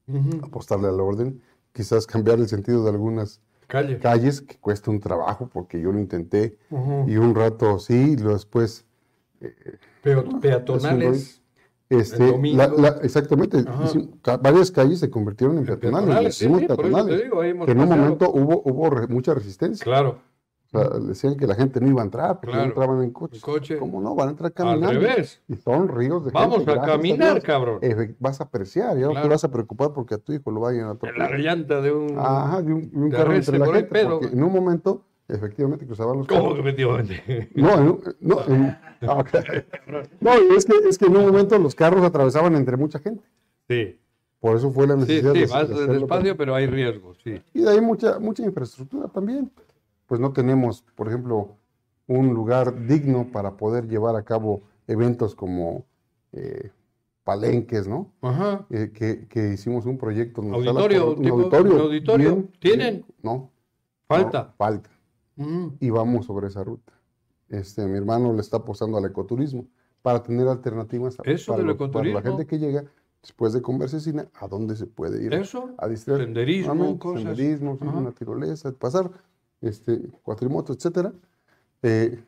Speaker 1: Ujú.
Speaker 2: apostarle al orden, quizás cambiar el sentido de algunas
Speaker 1: Calle.
Speaker 2: calles que cuesta un trabajo, porque yo lo intenté
Speaker 1: Ujú.
Speaker 2: y un rato sí, y luego después...
Speaker 1: Peo- peatonales.
Speaker 2: Este,
Speaker 1: El domingo.
Speaker 2: la- la- exactamente,
Speaker 1: Ajá.
Speaker 2: hicimos- ca- varias calles se convirtieron en peatonales, le
Speaker 1: Peatonales, sí,
Speaker 2: hicimos
Speaker 1: sí, por eso
Speaker 2: peatonales.
Speaker 1: te digo, ahí hemos
Speaker 2: que en un
Speaker 1: paseado.
Speaker 2: momento hubo, hubo re- mucha resistencia.
Speaker 1: Claro,
Speaker 2: O sea, decían que la gente no iba a entrar porque
Speaker 1: Claro.
Speaker 2: no entraban en
Speaker 1: el
Speaker 2: coche.
Speaker 1: coche.
Speaker 2: ¿Cómo no? Van a entrar
Speaker 1: Al
Speaker 2: caminando.
Speaker 1: revés.
Speaker 2: Y son ríos de
Speaker 1: Vamos
Speaker 2: gente,
Speaker 1: a
Speaker 2: gracias
Speaker 1: caminar,
Speaker 2: Dios. Eh,
Speaker 1: cabrón.
Speaker 2: Efe- vas a apreciar, ya no te
Speaker 1: Claro.
Speaker 2: vas a preocupar porque a tu hijo lo vayan a
Speaker 1: En la
Speaker 2: atropellar.
Speaker 1: llanta de un.
Speaker 2: Ajá, de un, de un
Speaker 1: Te
Speaker 2: carro
Speaker 1: arreste
Speaker 2: entre la
Speaker 1: por el
Speaker 2: gente.
Speaker 1: pedo,
Speaker 2: porque
Speaker 1: güey.
Speaker 2: en un momento, efectivamente, cruzaban los
Speaker 1: ¿Cómo
Speaker 2: carros.
Speaker 1: que efectivamente?
Speaker 2: No, en un- no, en- <laughs> ah, ok. No, es que, es que en un momento los carros atravesaban entre mucha gente.
Speaker 1: <laughs> Sí,
Speaker 2: Por eso fue la
Speaker 1: sí,
Speaker 2: necesidad
Speaker 1: sí,
Speaker 2: de,
Speaker 1: vas
Speaker 2: de hacerlo
Speaker 1: despacio, pero hay riesgos, sí.
Speaker 2: Y de ahí mucha, mucha infraestructura también. Pues no tenemos, por ejemplo, un lugar digno para poder llevar a cabo eventos como eh, palenques, ¿no?
Speaker 1: Ajá.
Speaker 2: Eh, que, que hicimos un proyecto. donde está la
Speaker 1: Auditorio,
Speaker 2: corona- un
Speaker 1: tipo,
Speaker 2: auditorio.
Speaker 1: un auditorio.
Speaker 2: bien-
Speaker 1: ¿Tienen?
Speaker 2: No. no,
Speaker 1: Falta.
Speaker 2: falta.
Speaker 1: Ujú.
Speaker 2: Y vamos sobre esa ruta. Este, mi hermano le está apostando al ecoturismo para tener alternativas a-
Speaker 1: Eso
Speaker 2: para,
Speaker 1: del
Speaker 2: lo- para la
Speaker 1: ecoturismo.
Speaker 2: gente que llega después de comer cecina, a dónde se puede ir a-
Speaker 1: Eso,
Speaker 2: a distraer.
Speaker 1: senderismo,
Speaker 2: Nuevamente,
Speaker 1: cosas.
Speaker 2: senderismo, sí,
Speaker 1: Ajá.
Speaker 2: una tirolesa, pasar este, cuatrimoto, etcétera. Eh,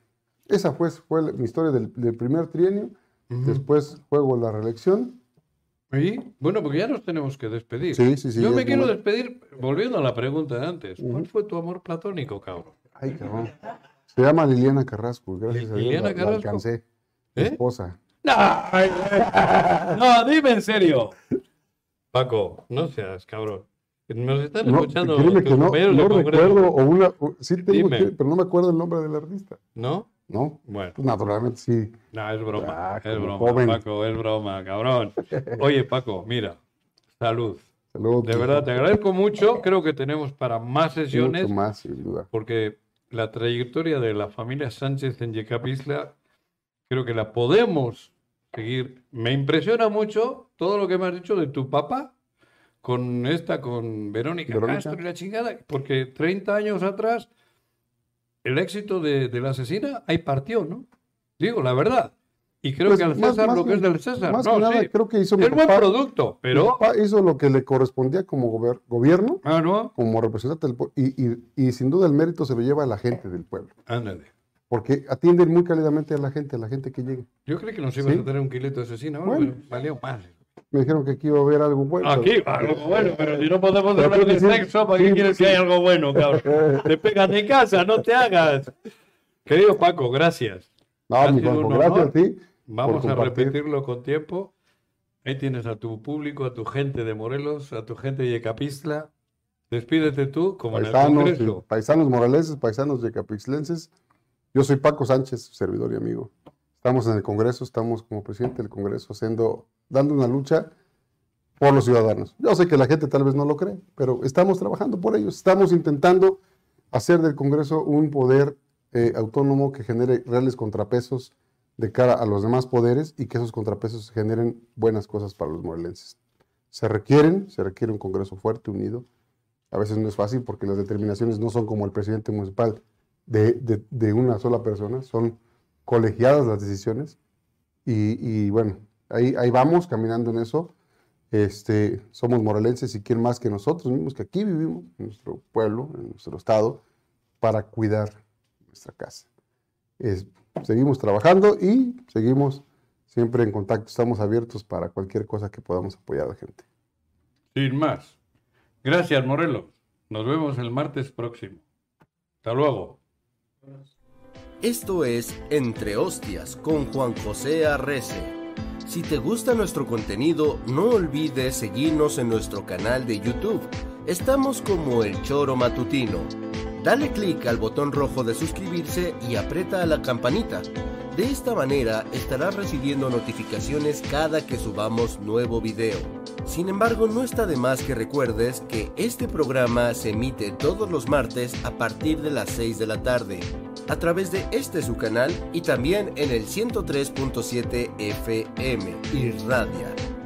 Speaker 2: esa fue, fue la- mi historia del, del primer trienio.
Speaker 1: Ujú.
Speaker 2: Después juego la reelección.
Speaker 1: Y, bueno, porque ya nos tenemos que despedir.
Speaker 2: Sí, sí, sí.
Speaker 1: Yo
Speaker 2: es
Speaker 1: me quiero
Speaker 2: momento.
Speaker 1: despedir volviendo a la pregunta de antes. ¿Cuál
Speaker 2: Ujú.
Speaker 1: fue tu amor platónico, cabrón?
Speaker 2: Ay, cabrón. Se llama Liliana Carrasco. Gracias a Dios
Speaker 1: Liliana
Speaker 2: la, la
Speaker 1: Carrasco.
Speaker 2: alcancé. Mi
Speaker 1: ¿Eh? <laughs>
Speaker 2: Esposa.
Speaker 1: No, ay, ay. No, dime en serio. Paco, no seas cabrón. Nos están
Speaker 2: No,
Speaker 1: escuchando
Speaker 2: créeme
Speaker 1: tus
Speaker 2: que no,
Speaker 1: compañeros de
Speaker 2: no
Speaker 1: Congreso,
Speaker 2: recuerdo. O una, o- sí tengo
Speaker 1: Dime.
Speaker 2: que, pero no me acuerdo el nombre del artista.
Speaker 1: ¿no?
Speaker 2: No,
Speaker 1: Bueno,
Speaker 2: pues naturalmente sí.
Speaker 1: no, es broma.
Speaker 2: Ah,
Speaker 1: es
Speaker 2: como
Speaker 1: broma,
Speaker 2: joven.
Speaker 1: Paco, es broma, cabrón. Oye, Paco, mira. Salud.
Speaker 2: Saludos.
Speaker 1: De verdad, te agradezco mucho. Creo que tenemos para más sesiones.
Speaker 2: Mucho más, sin duda.
Speaker 1: porque la trayectoria de la familia Sánchez en Yecapisla creo que la podemos seguir. Me impresiona mucho todo lo que me has dicho de tu papá con esta, con Verónica,
Speaker 2: Verónica.
Speaker 1: Castro y la chingada, porque 30 años atrás el éxito de, de la asesina ahí partió, ¿no? Digo, la verdad. Y creo
Speaker 2: Pues,
Speaker 1: que al
Speaker 2: más-
Speaker 1: César
Speaker 2: más
Speaker 1: lo que
Speaker 2: que-
Speaker 1: es del César.
Speaker 2: Más
Speaker 1: no,
Speaker 2: que nada,
Speaker 1: sí.
Speaker 2: creo que hizo mi
Speaker 1: Es buen
Speaker 2: papá-
Speaker 1: producto,
Speaker 2: Mi
Speaker 1: pero...
Speaker 2: papá hizo lo que le correspondía como gober- gobierno,
Speaker 1: Ah, no,
Speaker 2: como representante del pueblo, y, y- y sin duda el mérito se lo lleva a la gente del pueblo,
Speaker 1: ándale.
Speaker 2: porque atienden muy cálidamente a la gente, a la gente que llega.
Speaker 1: Yo creí que nos ibas
Speaker 2: Sí.
Speaker 1: a tener un kilito de asesina, ahora,
Speaker 2: Bueno.
Speaker 1: pero valió más.
Speaker 2: Me dijeron que aquí iba a haber algo bueno. pero-
Speaker 1: Aquí, algo bueno, pero si no podemos
Speaker 2: Pues Pero
Speaker 1: hablar
Speaker 2: creo
Speaker 1: de
Speaker 2: que sí,
Speaker 1: sexo, ¿para qué
Speaker 2: sí,
Speaker 1: quieres que haya algo bueno,
Speaker 2: <laughs>
Speaker 1: cabrón? Te pegas de casa, no te hagas. Querido Paco, gracias.
Speaker 2: No, mi
Speaker 1: Ha sido
Speaker 2: Juanjo,
Speaker 1: un
Speaker 2: gracias
Speaker 1: honor.
Speaker 2: a ti.
Speaker 1: Vamos
Speaker 2: Por
Speaker 1: a
Speaker 2: compartir.
Speaker 1: repetirlo con tiempo. Ahí tienes a tu público, a tu gente de Morelos, a tu gente de Yecapistla. Despídete tú, como en el
Speaker 2: Paisanos, y-
Speaker 1: Congreso.
Speaker 2: paisanos moraleses, paisanos yecapixlenses. Yo soy Paco Sánchez, servidor y amigo. Estamos en el Congreso, estamos como presidente del Congreso haciendo, dando una lucha por los ciudadanos. Yo sé que la gente tal vez no lo cree, pero estamos trabajando por ellos. Estamos intentando hacer del Congreso un poder eh, autónomo que genere reales contrapesos de cara a los demás poderes y que esos contrapesos generen buenas cosas para los morelenses. Se requieren, se requiere un Congreso fuerte, unido. A veces no es fácil porque las determinaciones no son como el presidente municipal de, de- de una sola persona, son colegiadas las decisiones. Y, y bueno, ahí, ahí vamos caminando en eso. Este, somos morelenses y quién más que nosotros mismos que aquí vivimos, en nuestro pueblo, en nuestro estado, para cuidar nuestra casa. Es- seguimos trabajando y seguimos siempre en contacto. Estamos abiertos para cualquier cosa que podamos apoyar a la gente.
Speaker 1: Sin más. Gracias, Morelos. Nos vemos el martes próximo. Hasta luego.
Speaker 4: Esto es Entre Hostias con Juan José Arrece. Si te gusta nuestro contenido, no olvides seguirnos en nuestro canal de YouTube. Estamos como El Choro Matutino. Dale clic al botón rojo de suscribirse y aprieta la campanita. De esta manera estarás recibiendo notificaciones cada que subamos nuevo video. Sin embargo, no está de más que recuerdes que este programa se emite todos los martes a partir de las 6 de la tarde, a través de este su canal y también en el 103.7 FM Irradia.